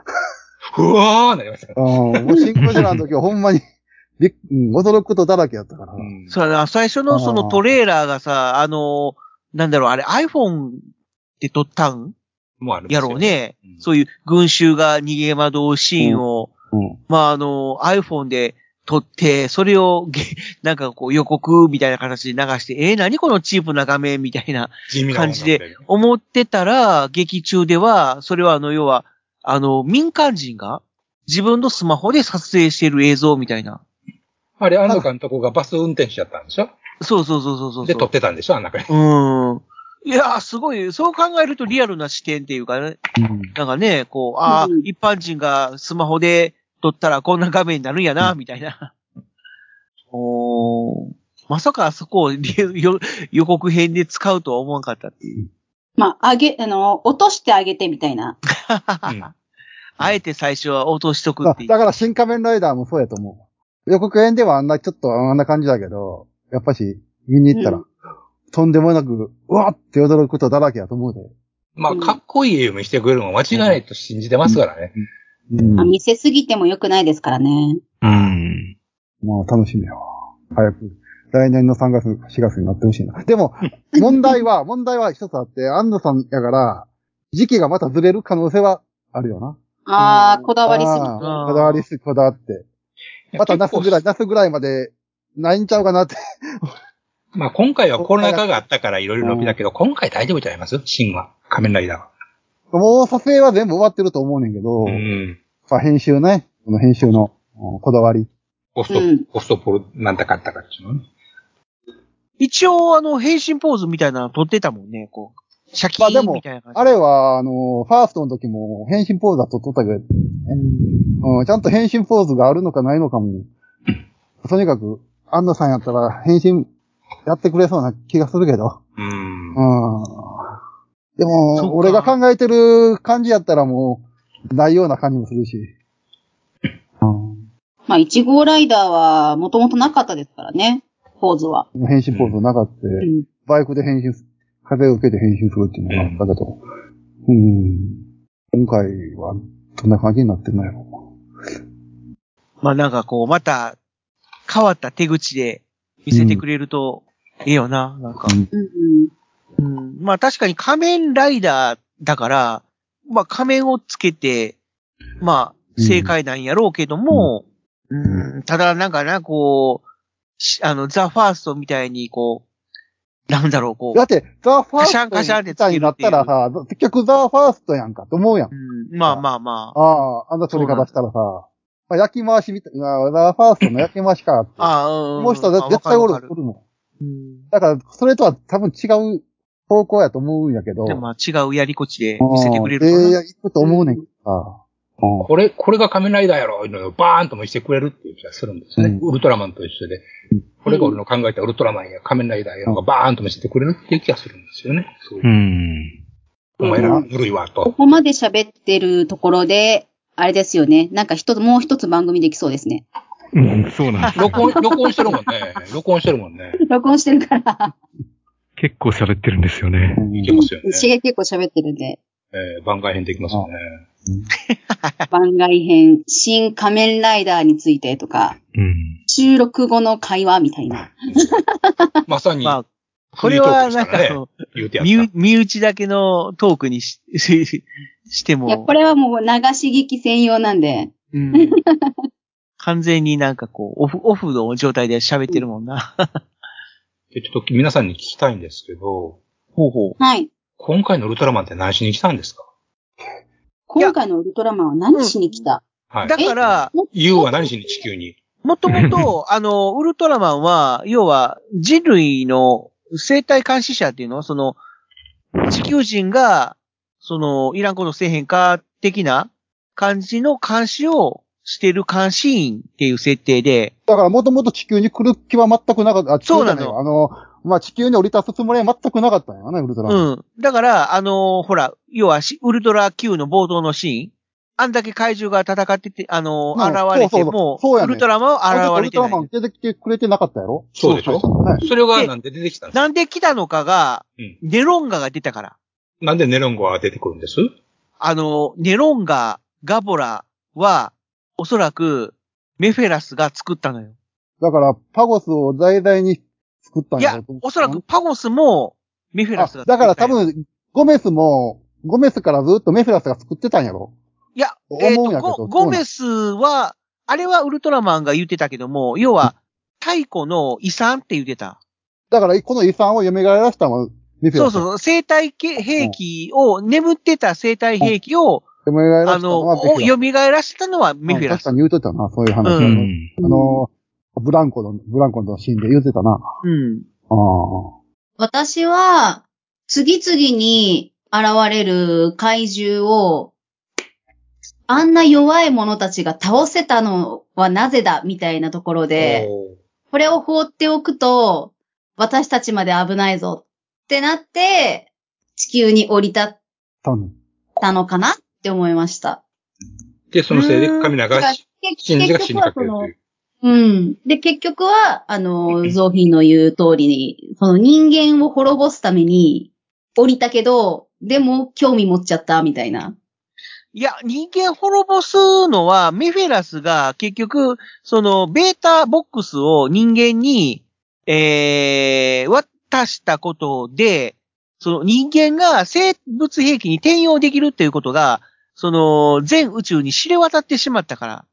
S4: ふわーなりました。
S5: ああ、もうシンゴジラの時はほんまに、 びっうん驚くことだらけやったから。
S4: うん
S1: そうだな、最初のそのトレーラーがさ、あの、なんだろう、あれ iPhone で撮ったん
S4: もうあるんです
S1: や
S4: よ
S1: ろう。ね。
S4: うん
S1: そういう群衆が逃げ惑うシーンを、
S5: うん。
S1: まあ、あの、iPhone で撮って、それをげ、なんかこう予告みたいな形で流して、えー何このチープな画面みたいな
S4: 地味なものだったよ
S1: 思ってたら、劇中では、それはあの、要は、あの、民間人が自分のスマホで撮影している映像みたいな。
S4: あれ、安藤監督がバス運転手だったんでしょ
S1: そうそうそうそうそうそう。
S4: で、撮ってたんでしょあん中に。
S1: うん。いやー、すごい。そう考えるとリアルな視点っていうかね、なんかね、こう、ああ、
S3: うん
S1: 一般人がスマホで撮ったらこんな画面になるんやな、みたいな。 おーまさかあそこをリ予予告編で使うとは思わなかった っていう。
S3: まあ、あげ、あの、落としてあげてみたいな。
S1: あえて最初は落としとく
S5: だ
S1: っていう。
S5: だから、新仮面ライダーもそうやと思う。予告編ではあんな、ちょっとあんな感じだけど、やっぱし、見に行ったら、
S3: うん
S5: とんでもなく、うわーって驚くことだらけやと思うで。
S4: まあ、かっこいい映画見せてくれるのは間違いないと信じてますからね。
S5: うん
S3: まあ、見せすぎても良くないですからね。
S2: うん。
S5: もう楽しみやわ。早く。来年の3月、4月になってほしいな。でも、問題は、問題は一つあって、安野さんやから、時期がまたずれる可能性はあるよな。
S3: ああ、こだわりすぎ
S5: あー
S1: あー
S5: こだわりすぎ、こだわって。またナスぐらい、ナスぐらいまで、ないんちゃうかなって。
S4: まあ、今回はコロナ禍があったからいろいろ伸びたけど、今回大丈夫ちゃいますシンは。仮面ライダーは。
S5: もう撮影は全部終わってると思うねんけど、
S4: うん。
S5: まあ編集ね、この編集のうんこだわり。
S4: コスト、
S3: うん
S4: コストポルなんたかあったかっていうのね。
S1: 一応、あの、変身ポーズみたいなの撮ってたもんね、こう。シャキ
S5: まあで
S1: ーン
S5: も
S1: みたいな感じ。
S5: あれは、あの、ファーストの時も変身ポーズは撮っとったけど、うん、ちゃんと変身ポーズがあるのかないのかも。とにかく、アンナさんやったら変身やってくれそうな気がするけど。
S4: うん
S5: う。ん。で
S1: そっか
S5: も、俺が考えてる感じやったらもう、ないような感じもするし。うん
S3: まあ、1号ライダーはもともとなかったですからね、ポーズは。
S5: 変身ポーズなかった。
S3: うん。
S5: バイクで変身す、風を受けて変身するっていうのがあったけど、うん、今回はどんな感じになってんのやろ
S1: まあなんかこう、また、変わった手口で見せてくれると、ええよな、なんか。
S3: うんうん。
S1: うん。まあ確かに仮面ライダーだから、まあ仮面をつけて、まあ、正解なんやろうけども、うん、ただなんかな、こう、しあの、ザ・ファーストみたいに、こう、なんだろう、こ
S5: だ
S1: う
S5: っ。て、ザ・ファー
S1: カシャンカシャン
S5: ス
S1: で
S5: ト
S1: つけるっていう
S5: みたいになったらさ、結局ザ・ファーストやんかと思うやん。
S1: うん、まあまあまあ。
S5: ああ、あんな取り方したらさ、まあ、焼き回しみたいな、ザ・ファーストの焼き回しかって。
S1: ああ、うん。
S5: もう人は絶対おる、おるもん。
S1: うん。
S5: だから、それとは多分違う方向やと思うんやけど。
S1: でもまあ違うやり口で見せてくれる
S5: え
S1: か
S5: え
S1: な。
S5: 行くと思うねんか。ああ
S4: これ、これが仮面ライダーやろいうのをバーンと見せてくれるっていう気がするんですよね。
S5: う
S4: ウルトラマンと一緒で。これが俺の考えたウルトラマンや仮面ライダーやのがバーンと見せてくれるっていう気がするんですよね。そう
S2: う。
S4: いうんお前らは古いわ、。
S3: ことこまで喋ってるところで、あれですよね。なんか一つ、もう一つ番組できそうですね。
S2: うん、そうなんですよ
S4: 録音、録音してるもんね。録音してるもんね。
S3: 録音してるから、
S2: 結構喋ってるんですよね。
S4: いけますよね。
S3: 私が結構喋ってるんで、
S4: えー番外編できますよね。
S3: 番外編、新仮面ライダーについてとか、
S2: うん。
S3: 収録後の会話みたいな。
S4: まさに、
S1: まあ、これはなんかあの、
S4: 言うてやっ
S1: 身
S4: た
S1: 内身内だけのトークにし しして
S3: いや、
S1: も
S3: こ、れはもう流し劇専用なんで、
S1: うん完全になんかこう、オフ、オフの状態で喋ってるもん な。
S4: でちょっと皆さんに聞きたいんですけど、
S1: ほうほう。
S3: はい。
S4: 今回のウルトラマンって何しに来たんですか
S3: 今回のウルトラマンは何しに来た、
S4: はい
S1: だ。から、
S4: ユウは何しに地球に
S1: もとも と、あの、ウルトラマンは、要は人類の生体監視者っていうのは、その、地球人が、その、いらんことせえへんか、的な感じの監視をしてる監視員っていう設定で、
S5: だからもともと地球に来る気は全くなかった。あ地球じゃいわ
S1: そ
S5: あの、まあ、地球に降り立つつもりは全くなかったんやね、ウルトラマン。
S1: うん。だから、あのーほら、要はし、ウルトラ Q の冒頭のシーン、あんだけ怪獣が戦ってて、あのー
S5: うん
S1: 現れて
S5: そうそう
S1: も、
S5: そうやね
S1: ウルトラマン
S5: あの
S1: は
S5: 時
S1: 現れ
S5: ウル
S1: て
S5: トラ
S1: な
S5: マ
S1: い
S5: ン。出てきてくれてなかったやろ
S4: そうでしょ
S5: はい。
S4: それがなんで出てきたんですか
S1: なんで来たのかが、
S4: うん
S1: ネロンガが出たから。
S4: なんでネロンゴが出てくるんです
S1: あのーネロンガ、ガボラは、おそらく、メフェラスが作ったのよ。
S5: だから、パゴスを題材に作ったん
S1: い
S5: や
S1: や
S5: ろと思、
S1: おそらくパゴスも、メフェラスが作
S5: あ
S1: った
S5: だ
S1: んや
S5: から多、分、ゴメスも、ゴメスからずっとメフィラスが作ってたんやろ
S1: いや、
S5: 思
S1: えー
S5: うん
S1: と
S5: やけど
S1: ゴ、
S5: どう
S1: ゴ
S5: なん
S1: メスは、あれはウルトラマンが言ってたけども、要は、太古の遺産って言ってた。
S5: だから、この遺産を蘇らせたのはメフィ
S1: そ
S5: ラ
S1: う
S5: ス。
S1: そうそう、生体系兵器を、眠ってた生体兵器を、
S5: 蘇ら
S1: あ
S5: せたの
S1: の、
S5: はメフィ
S1: を
S5: ラス。
S1: 蘇らせたのはメフェ
S5: う
S1: ラ
S5: ん確
S1: ス
S5: か。に言うとったな、そういう話。
S1: う
S2: うんん。
S5: あの、ブランコの、ブランコのシーンで言うてたな。あ
S1: うん。
S5: あ。
S3: 私は、次々に現れる怪獣を、あんな弱い者たちが倒せたのはなぜだ、みたいなところで、
S4: おー
S3: これを放っておくと、私たちまで危ないぞってなって、地球に降り立っ
S5: 多分。
S3: たのかなって思いました。
S4: で、そのせいでカミラ
S3: だから
S4: が、シンジが死にかけるという。
S3: うん。で、結局は、あの、ゾーヒンの言う通りに、その人間を滅ぼすために降りたけど、でも興味持っちゃった、みたいな。
S1: いや、人間滅ぼすのは、メフェラスが結局、その、ベータボックスを人間に、えー、渡したことで、その人間が生物兵器に転用できるっていうことが、その、全宇宙に知れ渡ってしまったから。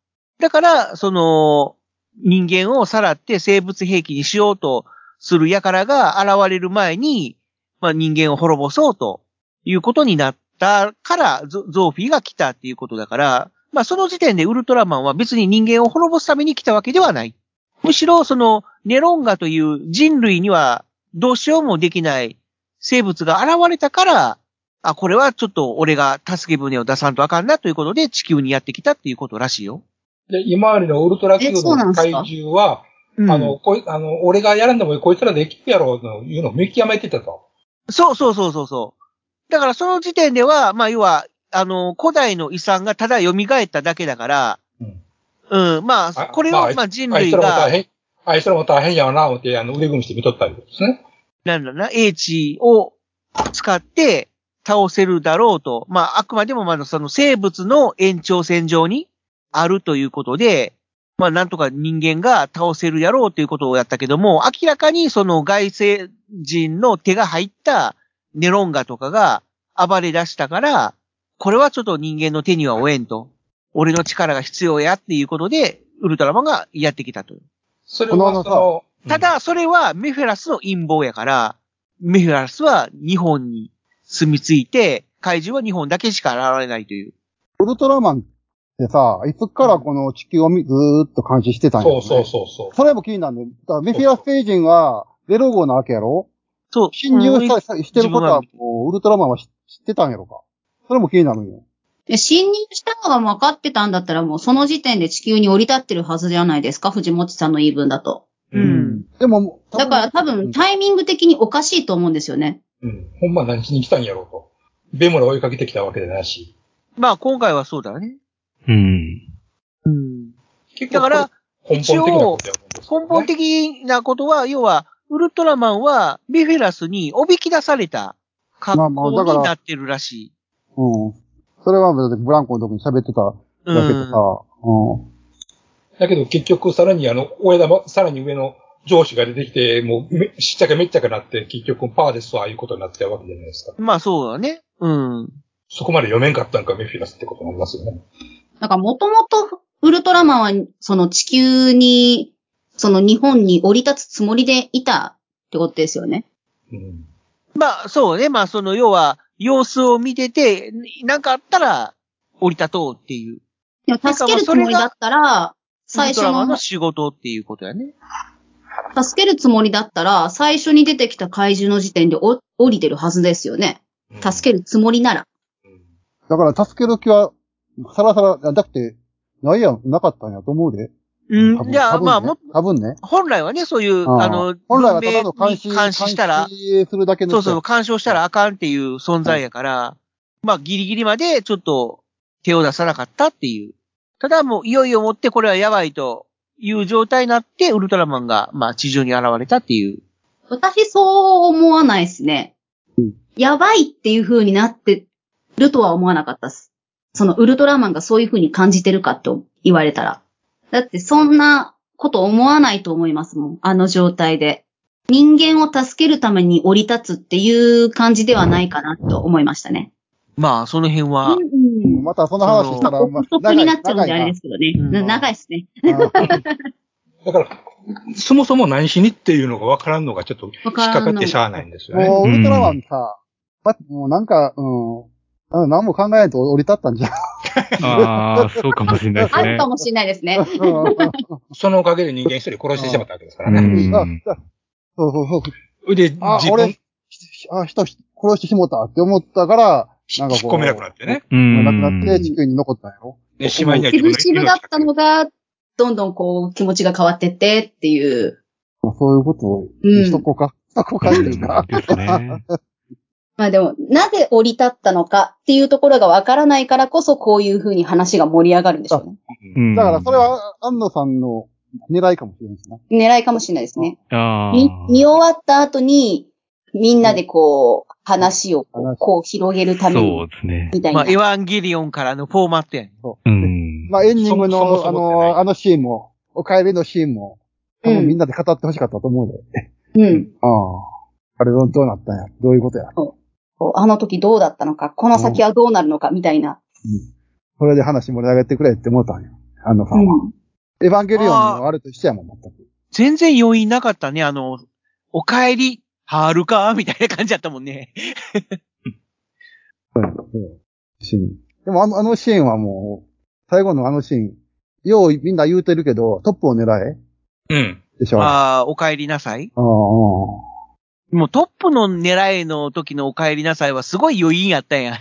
S1: だから、その、人間をさらって生物兵器にしようとする輩が現れる前に、まあ人間を滅ぼそうということになったから、ゾゾーフィーが来たっていうことだから、まあその時点でウルトラマンは別に人間を滅ぼすために来たわけではない。むしろそのネロンガという人類にはどうしようもできない生物が現れたから、あ、これはちょっと俺が助け舟を出さんとあかんなということで地球にやってきたっていうことらしいよ。
S4: で、今ありのウルトラ Q
S3: えそうなん
S4: の
S3: ですか
S4: 怪獣は、
S1: うん
S4: あの、こい、あの、俺がやらんでもこいつらできるやろ、というのを見極めてたと。
S1: そうそうそうそうそう。だからその時点では、まあ要は、あの、古代の遺産がただ蘇っただけだから、
S4: うん
S1: うん、まあ、
S4: あ
S1: これ
S4: ま
S1: を
S4: あ、
S1: まあ人
S4: あい
S1: 類
S4: つらも大
S1: が、
S4: 変、あいつらも大変やわな、思って、あの、腕組みして見とったわけですね。
S1: なんだろうな、英知を使って倒せるだろうと、まああくまでもまだその生物の延長線上にあるということで、まあなんとか人間が倒せるやろうということをやったけども、明らかにその外星人の手が入ったネロンガとかが暴れ出したから、これはちょっと人間の手には負えんと。俺の力が必要やっていうことで、ウルトラマンがやってきたと。
S4: それ
S5: このあの
S4: は、
S5: さ
S4: その、
S1: ただ、それはメフェラスの陰謀やから、メフェラスは日本に住み着いて、怪獣は日本だけしか現れないという。
S5: ウルトラマンってさ、いつからこの地球をみずーっと監視してた
S4: うんん、
S5: やろ、
S4: そ
S5: ね。
S4: うそうそうそう。
S5: それも気になるね。だからメフィラス星人はゼロ号なわけやろ
S1: そう。
S5: 侵入
S1: うん
S5: したしてることはもうウルトラマンは知ってたんやろか。それも気になるんよ。
S3: で侵入したのが分かってたんだったら、もうその時点で地球に降り立ってるはずじゃないですか、藤本さんの言い分だと。
S1: うん。
S5: でも、
S3: だから多分タイミング的におかしいと思うんですよね。
S4: うん。ほんま何しに来たんやろうと。ベムラ追いかけてきたわけじゃないし。
S1: まあ、今回はそうだね。
S2: うん。
S1: うん。
S4: 結
S1: だ
S4: 構
S1: か
S4: これ
S1: ら、
S4: 根本的なこと
S1: 根
S4: やと思うん
S1: 本
S4: ですよね。
S1: 的なことは、要は、ウルトラマンは、メフェラスにおびき出された格
S5: まあま
S1: 好
S5: あだから
S1: になってるらしい。
S5: うん。それはブランコの時に喋ってただ
S1: う
S5: けで
S1: ん
S5: さ、。う
S4: だけど結局、さらにあの、親玉、さらに上の上司が出てきて、もうめ、しっちゃけめっちゃけなって、結局パーですわ、いうことになってたわけじゃないですか。
S1: まあ、そうだね。うん。
S4: そこまで読めんかったんか、メフィラスってことになりますよね。
S3: だからもともとウルトラマンは、その地球に、その日本に降り立つつもりでいたってことですよね。
S4: うん。
S1: まあ、そうね。まあ、その、要は、様子を見てて、なんかあったら、降り立とうっていう。
S3: でも助けるつもりだったら、
S1: ウル
S3: 最
S1: ト
S3: 初
S1: ラマンの
S3: の、
S1: 仕事っていうことやね。
S3: 助けるつもりだったら、最初に出てきた怪獣の時点でお降りてるはずですよね。助けるつもりなら。
S4: け、
S5: ん。だから助ける気は、さらさら、だって、ないやん、なかったんやと思うで。
S1: うん。じゃあ、まあ、も
S5: も、多分ね。
S1: 本来はね、そういう、
S5: うん
S1: あの、
S5: 本来はただの
S1: 文明
S5: 監
S1: に
S5: 視、
S1: 監視したら
S5: 監、視するだけの
S1: そ
S5: 人
S1: うそう、干渉したらあかんっていう存在やから、まあ、ギリギリまでちょっと手を出さなかったっていう。ただもう、いよいよもってこれはやばいという状態になって、ウルトラマンが、まあ、地上に現れたっていう。
S3: 私そう思わないですね。
S5: うん
S3: やばいっていう風になってるとは思わなかったです。そのウルトラマンがそういう風に感じてるかと言われたら。だってそんなこと思わないと思いますもん。あの状態で。人間を助けるために降り立つっていう感じではないかなと思いましたね。
S1: まあ、その辺
S3: う
S1: は、
S3: んうん。ま
S5: またその話したら、
S3: あ、
S5: ま
S3: 補足になっちゃうんであれですけどね。
S1: 長いな
S3: な長いですね。
S4: だから、そもそも何しにっていうのが分からんのがちょっと引っ
S3: わからんの
S4: かかってしゃあないんですよね。
S5: もう、ウルトラマンさ、まもうなんか、うん。あ何も考えないと降り立ったんじゃん。
S2: ああ、そうかもしれないです
S3: ある
S2: ね
S3: か。もしれないですね。
S4: そのおかげで人間一人殺してしまったわけですから
S2: う
S4: ね。
S2: ん。
S5: そうそうそう。
S4: で、
S5: あ
S4: 自、分
S5: 俺、あ、人殺してしもたって思ったから、なんか
S4: 引っ
S5: こう。
S4: 込めなくなってね。
S2: う。
S5: なんくなって地球に残ったんやろ
S4: で、しまいには
S3: し
S4: 自
S3: ぶ
S4: 分
S3: しぶだったのが、どんどんこう、気持ちが変わってってっていう。
S5: まあそういうこと
S3: う
S5: に
S3: ん
S5: しとこうか。しとこうかっていうか。
S2: ですね。
S3: まあでも、なぜ降り立ったのかっていうところがわからないからこそ、こういうふうに話が盛り上がるんでしょうね。
S2: うん
S5: だからそれ、は、安野さんの狙いかもしれないしな。
S3: 狙いかもしれないですね。
S2: あ
S3: み
S2: あ。
S3: 見終わった後に、みんなでこう、話をこ
S5: 話
S3: うこう広げるため
S2: そう
S3: に、
S2: ですね。
S3: みたい
S1: ま
S3: な
S1: あ、。エヴァンゲリオンからのフォーマットやね。
S2: うん。
S5: まあ、エンディング
S4: そも
S5: の、
S4: そ
S5: あ
S4: もってない
S5: の、あのシーンも、お帰りのシーンも、多
S3: う
S5: 分
S3: ん
S5: みんなで語ってほしかったと思うで。
S3: うん。
S5: ああ。あれどうどうなったんやどういうことや
S3: こうあの時どうだったのか、この先はどうなるのか、みたいな。
S5: それで話盛り上げてくれって思ったんや。安野さんは。
S3: うん
S5: エヴァンゲリオンのあれと一緒やもん、全く。
S1: 全然余韻なかったね、あの、お帰り、はるかみたいな感じだったもんね。
S5: シーン。でもあの、あのシーンはもう、最後のあのシーン、ようみんな言うてるけど、トップを狙え
S4: うん。
S5: でしょあ
S1: ああ、お帰りなさい。
S5: あ、ああ
S1: もうトップの狙いの時のお帰りなさいはすごい余韻やったんや。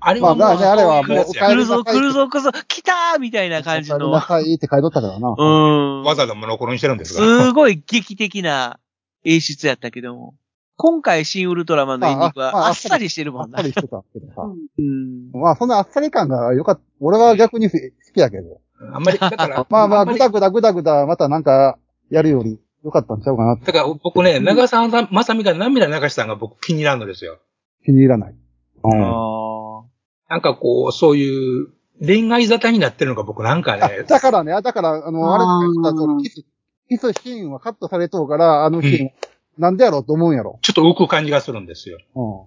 S4: あれはもう、
S5: まあまあねあれはもう
S4: そういうやつや
S5: お帰
S1: 来
S5: り
S1: る
S5: なさい
S1: ぞ、来るぞ、来るぞ、来たーみたいな感じ
S5: お
S1: の
S5: 帰。りなさいって書いとったから な。
S1: うーん。
S4: わざわざモノコロにしてるんですが。
S1: すごい劇的な演出やったけども。今回、新ウルトラマンのエンディング
S5: まあ
S1: は
S5: あ
S1: あっさりしてる
S5: あ
S1: も
S5: っ
S1: ん
S5: さ
S1: な。
S5: りしてたけどさ。
S1: うん。
S5: まあ、そのあっさり感がよかった。俺は逆に好きやけど。
S4: あんまり、だから、
S5: まあまあ、
S4: ん
S5: ぐ
S4: り
S5: だぐだぐだぐだ、またなんか、やるより、よかったんちゃうかなって
S4: だから僕ね、長澤さんまさみが涙流したのが僕気になるのですよ。
S5: 気に入らない。うん
S1: あ
S4: なんかこう、そういう恋愛沙汰になってるのが僕なんか
S5: あ
S4: ね、
S5: だからね、あだから、あの、あれとか言った通りキス、キスシーンはカットされとうから、あのシーン、なんでやろうと思うんやろ。
S4: ちょっと浮く感じがするんですよ。
S5: うん。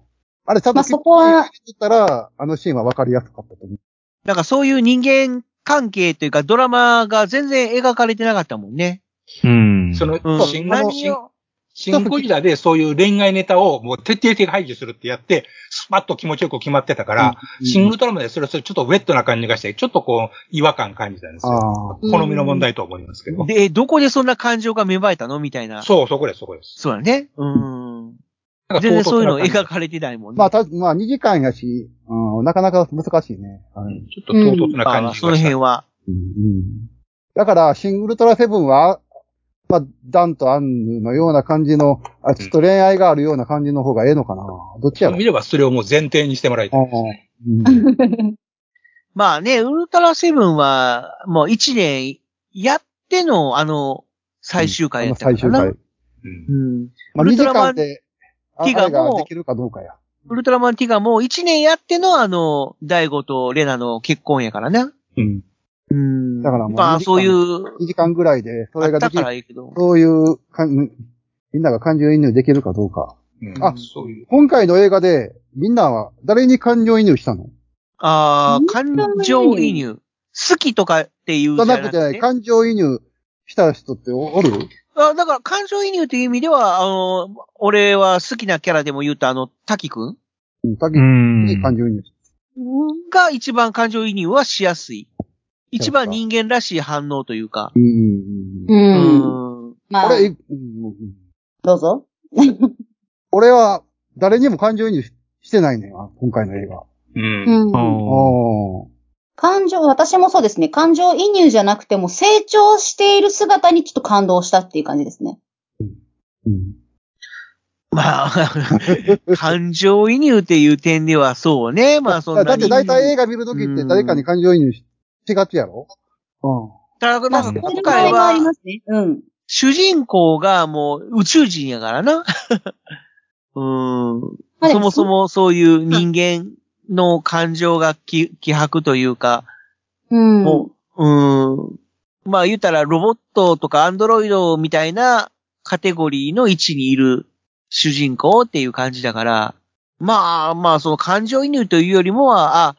S5: あれ、ちゃん
S3: まあ
S5: と
S3: そこは
S5: 切ったら、あのシーンは分かりやすかったと思う。
S1: ーなんかそういう人間関係というかドラマが全然描かれてなかったもんね。
S2: うん。
S4: その、
S1: うん。
S4: シンゴ
S1: 何
S4: シン
S1: を
S4: シンゴジラでそういう恋愛ネタをもう徹底的に排除するってやって、スパッと気持ちよく決まってたから、シングルトラマでそれはそれちょっとウェットな感じがして、ちょっとこう、違和感感じたんですよ。
S5: ああ。
S3: うん
S4: 好みの問題とは思いますけど。
S1: で、えどこでそんな感情が芽生えたのみたいな。
S4: そう、そこです、そこです。
S1: そうだね。うん。
S4: なんか
S1: 全然そういうの
S4: 唐突な感
S1: 描
S4: じ
S1: かれてないもんね。
S5: まあ、た、まあ、2時間やし、うん、なかなか難しいね。あれ
S4: ちょっと唐突な
S1: まあま
S4: 感
S1: あ
S4: じ
S1: そ
S4: が
S1: の
S4: した
S1: 辺。は。
S5: うんだから、シングルトラセブンは、まあ、ダンとアンヌのような感じの、あちょっと恋愛があるような感じの方がええのかな。どっちやろ
S4: 見ればそれをもう前提にしてもらいたいですね。
S5: うん
S1: まあね、ウルトラセブンは、もう一年やっての、あの、最終回やったから
S5: 最終
S1: な。
S5: 回。
S4: うん
S1: うん。ウ
S5: まあ、2
S1: ル
S5: 時
S1: トラマ
S5: 間
S1: ン
S5: で、あ
S1: ティガ
S5: れ
S1: も
S5: ができるかどうかや。
S1: ウルトラマンティガも1年やってのあの、大悟とレナの結婚やからね。
S4: うん。
S1: うん。
S5: だからもう
S1: まあそういう、
S5: 2時間ぐらいで、そ
S1: あ
S5: れ
S1: っ
S5: が
S1: た
S5: でき
S1: か
S5: る
S1: ら、いいけど。
S5: そういうかん、みんなが感情移入できるかどうか。
S4: うん
S5: あ
S4: そういう。
S5: 今回の映画で、みんなは誰に感情移入したの
S1: ああ、感情移入。好きとかっていう
S5: じ
S1: じ
S5: ゃ
S1: ゃ
S5: な
S1: な
S5: く
S1: く
S5: て、
S1: て。
S5: 感情移入した人っておおる
S1: あだから感情移入という意味では、あの、俺は好きなキャラでも言うとあの、滝くん
S5: うん、た
S2: う
S5: け
S2: ん。
S5: に感情移入し
S1: が一番感情移入はしやすい。一
S5: そう
S1: 番
S5: か
S1: 人間らしい反応というか。
S5: た。うんうんうん。
S3: うん。
S1: うん
S3: まあ
S5: 俺、、いうんうんうん
S3: どうぞ。
S5: 俺は誰にも感情移入ししてないねん、今回の映画。
S4: う。
S3: うんん。
S2: あ
S5: ああ。
S3: 感情、私もそうですね。感情移入じゃなくても成長している姿にちょっと感動したっていう感じですね。
S5: うん。
S1: まあ、 感情移入っていう点ではそうね。まあそんな
S5: だっ
S1: に。
S5: て大体映画見るときって誰かに感情移入しがちやろう
S1: ただなんか
S3: それ
S1: 今
S3: の場合
S1: 回
S3: がありま
S1: は、
S3: すね。うん。
S1: 主人公がもう宇宙人やからな。 うん。
S3: まあで
S1: そもそ。もそういう人間の感情がき希薄というか、
S3: うん。
S1: もう、うん。まあ言ったらロボットとかアンドロイドみたいなカテゴリーの位置にいる主人公っていう感じだから、まあまあその感情移入というよりもは、あ、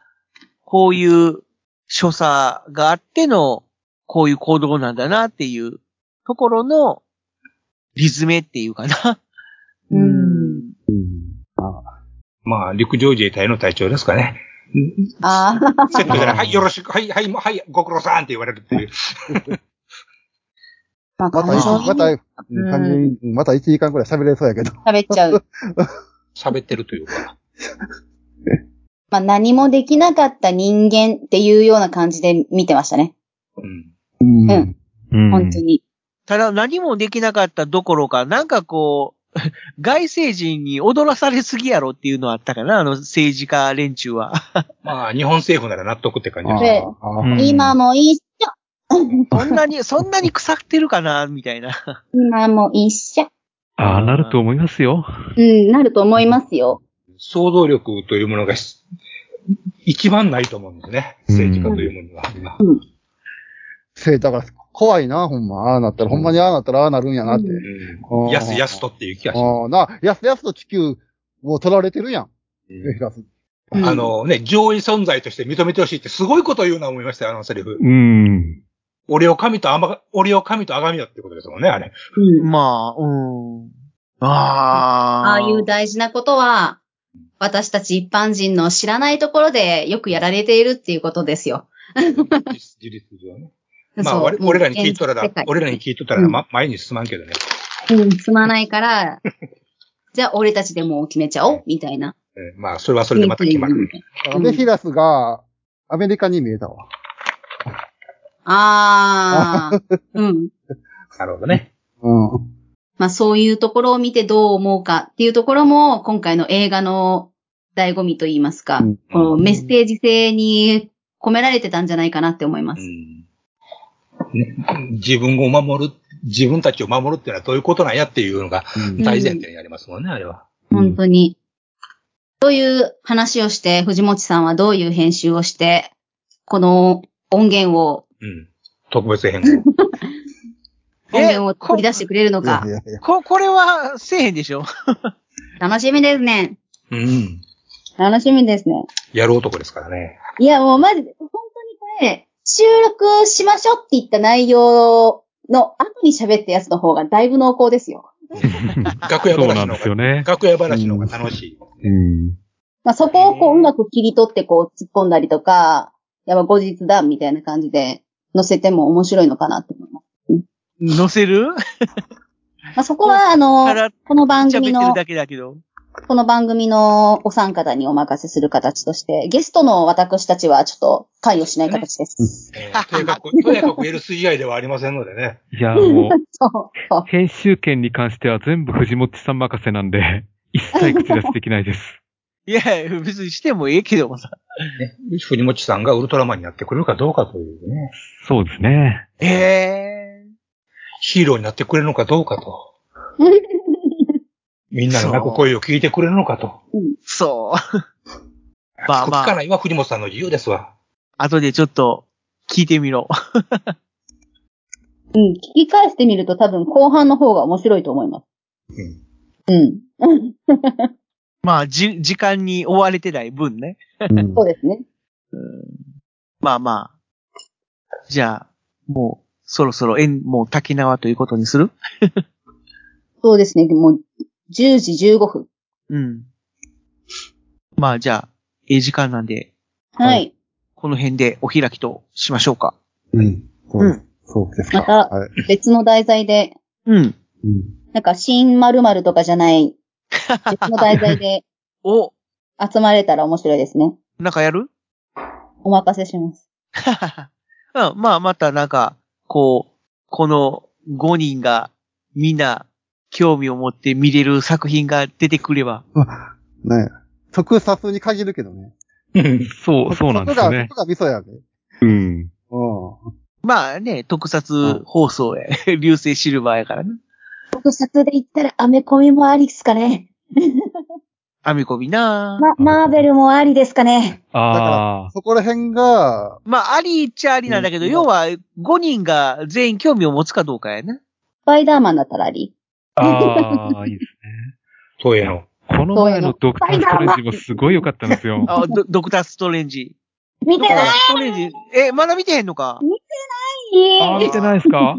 S1: こういう所作があっての、こういう行動なんだなっていうところのリズメっていうかな。
S3: うん
S5: ん。うん。
S4: まあ、陸上自衛隊の隊長です かね。
S3: ああ。
S4: セットじゃない。
S5: うん
S4: はい、よろしく。はい、はい、もうはい、ご苦労さんって言われる っていう。
S3: まあ、
S5: また
S3: 感
S5: 一
S3: 情移
S5: 時、また、
S3: 入
S5: うん感情移入また1時間くらい喋れそうやけど。
S3: 喋っちゃう。
S4: 喋ってるというか。
S3: まあ、何もできなかった人間っていうような感じで見てましたね。
S4: うん。
S5: うん
S3: うん
S2: うん。
S3: 本当に。
S1: ただ何もできなかったどころか、なんかこう、 外星人に踊らされすぎやろっていうのはあったかな、あの政治家連中は。
S4: まあ、日本政府なら納得って感じで
S5: あ
S4: す。
S3: で
S5: ーあー
S2: うん
S3: 今も一緒。
S1: そんなに、そんなに腐ってるかな、みたいな。
S3: 今も一緒。
S2: ああ、なると思いますよ。
S3: うん、なると思いますよ。
S4: 想像力というものがし一番ないと思うんですね。政治家というものは。今
S5: せ だから、怖いな、ほんま。ああなったら、ほんまにああなったらああなるんやなって。
S4: うん
S5: あー
S4: やすやすとっていう気がしま
S5: ああ、な、やすやすと地球、もう取られてるやん。
S4: す。
S5: エフラス
S3: うん
S4: あのね、上位存在として認めてほしいってすごいこと言うな思いましたよ、あのセリフ。
S2: うん。
S4: 俺を神とあま、俺を神とあがみよってことですもんね、あれ。
S3: うん。
S1: まあ、うん。ああ
S3: ああいう大事なことは、私たち一般人の知らないところでよくやられているっていうことですよ。
S4: 実事実上ね。まあ、我俺らに聞いとらだ、俺らに聞いとったら、ま、前に進まんけどね。
S3: うん、すまない から、じゃあ俺たちでもう決めちゃおう、みたいな。
S4: えーまあ、それはそれでまた決まる。
S5: アメヒラスが、アメリカに見えたわ。
S3: あ あ、うん。
S4: なるほどね。
S5: うん。
S3: まあそういうところを見てどう思うかっていうところも、今回の映画の醍醐味といいますか、
S5: うん
S3: このメッセージ性に込められてたんじゃないかなって思いま
S4: う
S3: す。
S4: んね自分を守る、自分たちを守るっていうのはどういうことなんやっていうのが
S5: うん
S4: 大前提にありますもんね、あれは。
S3: 本当に。という話をして、藤本さんはどういう編集をして、この音源を、
S4: うん。特別編を。
S3: 音
S1: え
S3: 源を取り出してくれるの
S5: いや
S3: か
S5: い、やいや。
S1: こ、これは、せえへんでしょ
S3: 楽しみですね。
S4: うん。
S3: 楽しみですね。
S4: やる男ですからね。
S3: いや、もうマジで、本当にこれ、収録しましょうって言った内容の後に喋ったやつの方がだいぶ濃厚ですよ。
S4: 楽屋
S2: そう
S4: 話
S2: な
S4: の
S2: んです
S4: 方
S2: よ
S4: が、
S2: ね。
S4: 楽屋話の方が楽しい。
S2: うん。
S3: まあ、そこをこう音楽切り取ってこう突っ込んだりとか、やっぱ後日談みたいな感じで載せても面白いのかなって思います。
S1: 乗せる
S3: まあ、そこはあ
S1: た
S3: の、
S1: だ、
S3: この番組
S1: 喋ってる
S3: の、
S1: だけだけど。
S3: この番組のお三方にお任せする形として、ゲストの私たちはちょっと関与しない形です。
S4: えーとにかく、とにかく L 筋合いではありませんのでね。
S2: いや、もう、
S3: そう、そう。
S2: 編集権に関しては全部藤本さん任せなん で、一切口出しできないです。
S1: いやいや、別にしてもええけどもさ。
S4: ね藤本さんがウルトラマンになってくれるかどうかというね。
S2: そうですね。
S1: ええ
S4: ヒーローになってくれるのかどうか と。みんなの泣く声を聞いてくれるのかと。
S1: そう。まあまあ
S4: 聞くかないは藤本さんの自由ですわ。
S1: 後でちょっと、聞いてみろ。
S3: うん、聞き返してみると多分後半の方が面白いと思います。
S4: うん
S3: うん。
S1: まあ、じ、時間に追われてない分ね。
S5: うん
S3: そうですね。
S1: まあまあ。じゃあ、もう、そろそろ、えん、もう滝縄ということにする
S3: そうですね。もう、10時15分。
S1: うん。まあじゃあ、ええ時間なんで、
S3: は。
S5: はい
S1: この辺でお開きとしましょうか。
S5: うん。そううんそうですか。
S3: また
S5: はい。
S3: 別の題材で、
S1: うん。
S5: うん
S3: なんか、新〇〇とかじゃない、別の題材で
S1: お、
S3: 集まれたら面白いですね。
S1: なんかやる
S3: お任せします。
S1: うん、まあ、またなんか、こう、この5人がみんな興味を持って見れる作品が出てくれば。
S5: ね特撮に限るけどね。
S2: そう、そうなんですよね
S5: そ。こが、そこがミソやで。
S2: うん。
S5: うん。
S1: まあね、特撮放送や、流星シルバーやからね。
S7: 特撮で言ったらアメコミもありっすかね。
S1: 編み込みな
S7: ま、マーベルもありですかね。
S2: あ
S5: そこら辺が、
S1: まあ、ありっちゃありなんだけど、
S5: うん
S1: 要は5人が全員興味を持つかどうかやね。
S3: スパイダーマンだったらあり。
S2: あ、ああ、いいですね。
S4: そういうの。
S2: この前のドクターストレンジもすごい良かったんです よ。
S1: あ、ドドクターストレンジ。
S7: 見てない
S1: ストレンジ。え、まだ見てへんのか
S2: あー、見てないですか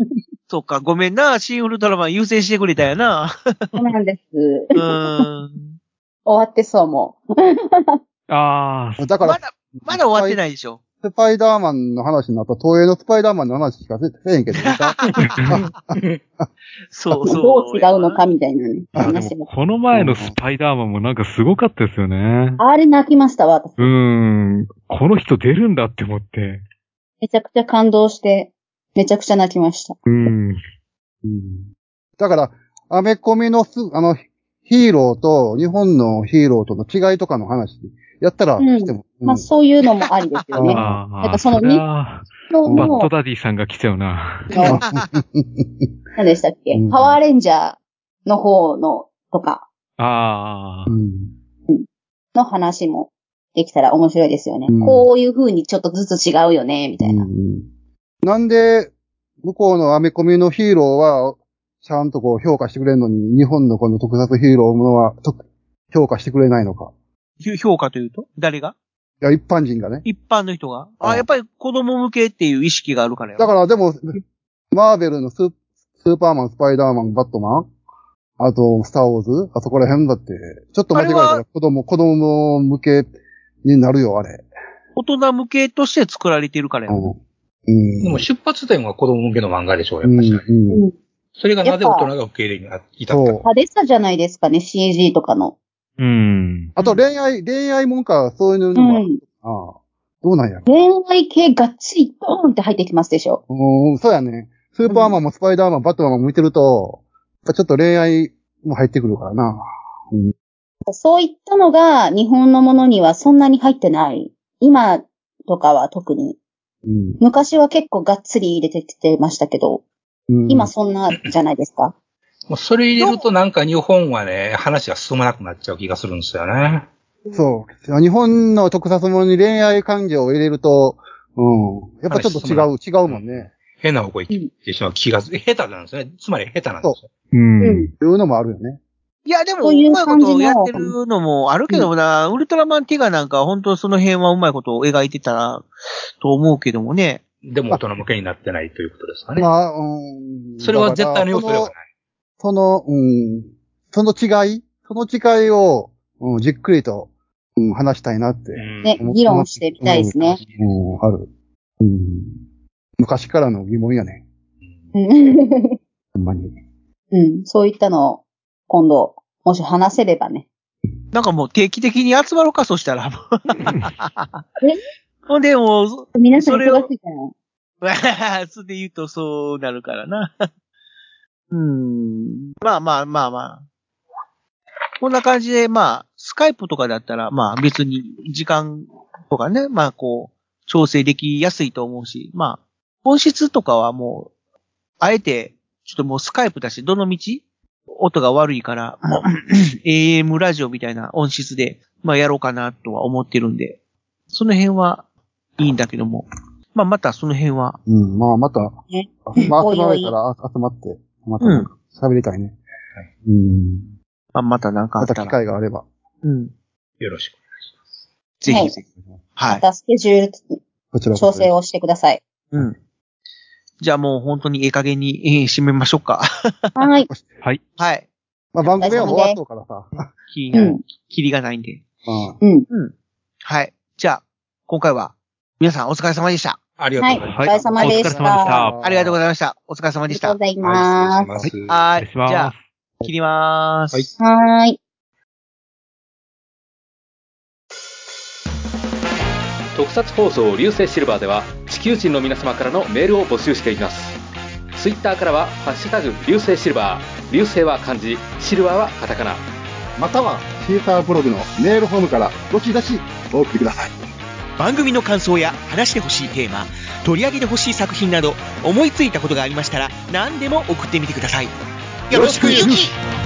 S1: そっか、ごめんな。シン・ウルトラマン優先してくれたや な。
S3: そうなんです。
S1: うーん。
S3: 終わってそうもう。
S2: ああ、
S5: だか
S1: ま
S5: ら、
S1: だ、まだ終わってないでしょ。
S5: スパイダーマンの話になったら、東映のスパイダーマンの話しかせえへんけど、なんか
S1: そうそう。
S3: どう違うのかみたいなね。
S2: あで
S3: 話
S2: も
S3: も。
S2: この前のスパイダーマンもなんかすごかったですよね。
S3: あれ泣きましたわ、私
S2: うーん。この人出るんだって思って。
S3: めちゃくちゃ感動して、めちゃくちゃ泣きました。
S2: うん。
S5: うんだから、アメコミのす、あの、ヒーローと、日本のヒーローとの違いとかの話、やったら
S3: うん
S5: しても、うん
S3: まあそういうのもありですよ
S2: あ
S3: ね。なん
S2: あ、
S3: かその
S2: それは
S3: 今日
S2: バッ
S3: も
S2: ド、ダディさんが来ちゃうな。
S3: 何でしたっけ
S5: うん
S3: パワーレンジャーの方の、とか、
S2: ああ
S5: う、ん
S3: の話もできたら面白いですよね
S5: うん。
S3: こういう風にちょっとずつ違うよね、みたいな。
S5: なんで、向こうのアメコミのヒーローは、ちゃんとこう評価してくれるのに、日本のこの特撮ヒーローものは、と評価してくれないのか。
S1: ひ評価というと誰が
S5: いや、一般人がね。
S1: 一般の人が
S5: う
S1: あ、
S5: ん
S1: やっぱり子供向けっていう意識があるからやろ
S5: だからでも、マーベルのスースーパーマン、スパイダーマン、バットマン、あと、スターウォーズ、あそこら辺だって、ちょっと間違えた
S1: あれ
S5: ら子供、子供向けになるよ、あれ。
S1: 大人向けとして作られてるからや
S5: うん
S1: ろ。。
S5: うん
S4: でも出発点は子供向けの漫画でしょう、や
S5: う
S4: っ
S5: ん
S4: ぱし。
S5: うん
S4: それがなぜ大人が受け入れに至った
S5: そう
S4: か。
S3: 派手さじゃないですかね、CG とかの。
S2: うん。
S5: あと恋愛、恋愛もんか、そういうの
S3: う
S5: もある、
S3: ん。
S5: ああどうなんやろ。
S3: 恋愛系がっつりドーンって入ってきますでしょ。
S5: うん、そうやね。スーパーマンもスパイダーマン、バットマンも見てると、やっぱちょっと恋愛も入ってくるからな。
S3: そういったのが日本のものにはそんなに入ってない。今とかは特に。
S5: うん。
S3: 昔は結構がっつり入れてきてましたけど、
S5: うん
S3: 今そんなじゃないですか。
S4: もうそれ入れるとなんか日本はね、話が進まなくなっちゃう気がするんですよね。
S5: そう。日本の特撮ものに恋愛感情を入れると、うん。やっぱちょっと違う、違うもんね。
S4: 変な方向に行ってしまう気がする。下手なんですね。つまり下手なんですよ。
S2: うん。
S5: いうのもあるよね。
S1: いや、でも、
S3: そうういう
S1: まいこ
S3: 感じ
S1: と
S3: の
S1: やってるのもあるけどもな、ウルトラマンティガなんかは本当その辺はうまいことを描いてたな、と思うけどもね。
S4: でも大人向けになってないということですかね。
S5: まあ、うん。
S4: それは絶対の要素では
S5: だ
S4: な
S5: か
S4: い
S5: ら。その、その、うん。その違いその違いを、うん、じっくりと、うん、話したいなって。
S4: うん
S3: ね、議論してみたいですね。
S5: うん、ある。うん。昔からの疑問やね。
S3: うん、
S5: ほんまに。
S3: うんそういったのを今度、もし話せればね。
S1: なんかもう定期的に集まろうか、そしたら。
S3: え
S1: ほんで、もう、
S3: 皆さん
S1: それを
S3: 忙しいから。
S1: わあ、 それで言うとそうなるからな。うーん。まあまあまあまあ。こんな感じで、まあ、スカイプとかだったら、まあ別に時間とかね、まあこう、調整できやすいと思うし、まあ、本質とかはもう、あえて、ちょっともうスカイプだし、どの道音が悪いから、もう AM ラジオみたいな音質で、まあやろうかなとは思ってるんで、その辺はいいんだけども、まあまたその辺は
S5: うん、まあ、また、
S3: ね
S5: まあ、
S3: お
S5: 集
S3: いお
S5: ま
S3: い
S5: れたらあ集まって、また
S1: うん
S5: 喋りたいね。うん。
S1: まあ、またなんかあ
S5: ま
S1: ったた
S5: 機
S1: ら。
S5: 会があれば。
S1: うん。
S4: よろしく。
S1: ぜ
S3: は
S1: ひ
S3: い
S1: ぜひ。
S3: ま
S1: はい。
S3: たスケジュー
S5: こち
S3: ル
S5: らこそ
S3: 調整をしてください。
S1: うん。じゃあもう本当にええ加減に、えー締めましょうか。
S3: はい。
S1: はい。
S5: まあ、番組は終わそうからさ。
S1: キリ
S3: う
S1: が、
S3: ん。
S1: キリがないんで。
S5: うん
S3: うん。
S1: はい。じゃあ、今回は、皆さんお疲れ様でした。
S4: ありがとうございます。
S2: はい。
S3: お疲れ様でした
S2: お疲れ様でした。
S1: ありがとうございました。お疲れ様
S3: あ
S1: で
S3: り
S1: し
S3: がと
S1: た
S3: う。ござい
S4: は
S3: ま
S4: い失礼します。
S2: お
S1: はい
S2: 願いし。ます。
S1: じゃあ、切りまーす。
S4: はい
S3: す。はーい。
S8: 特撮放送流星シルバーでは球人の皆様からのメールを募集していますツイッターからは「ハッシュタグ流星シルバー」流星は漢字シルバーはカタカナ
S5: または、シーサーブログのメールフォームから、どしどしお送りください。
S1: 番組の感想や話してほしいテーマ取り上げてほしい作品など思いついたことがありましたら何でも送ってみてくださいよろしくゆき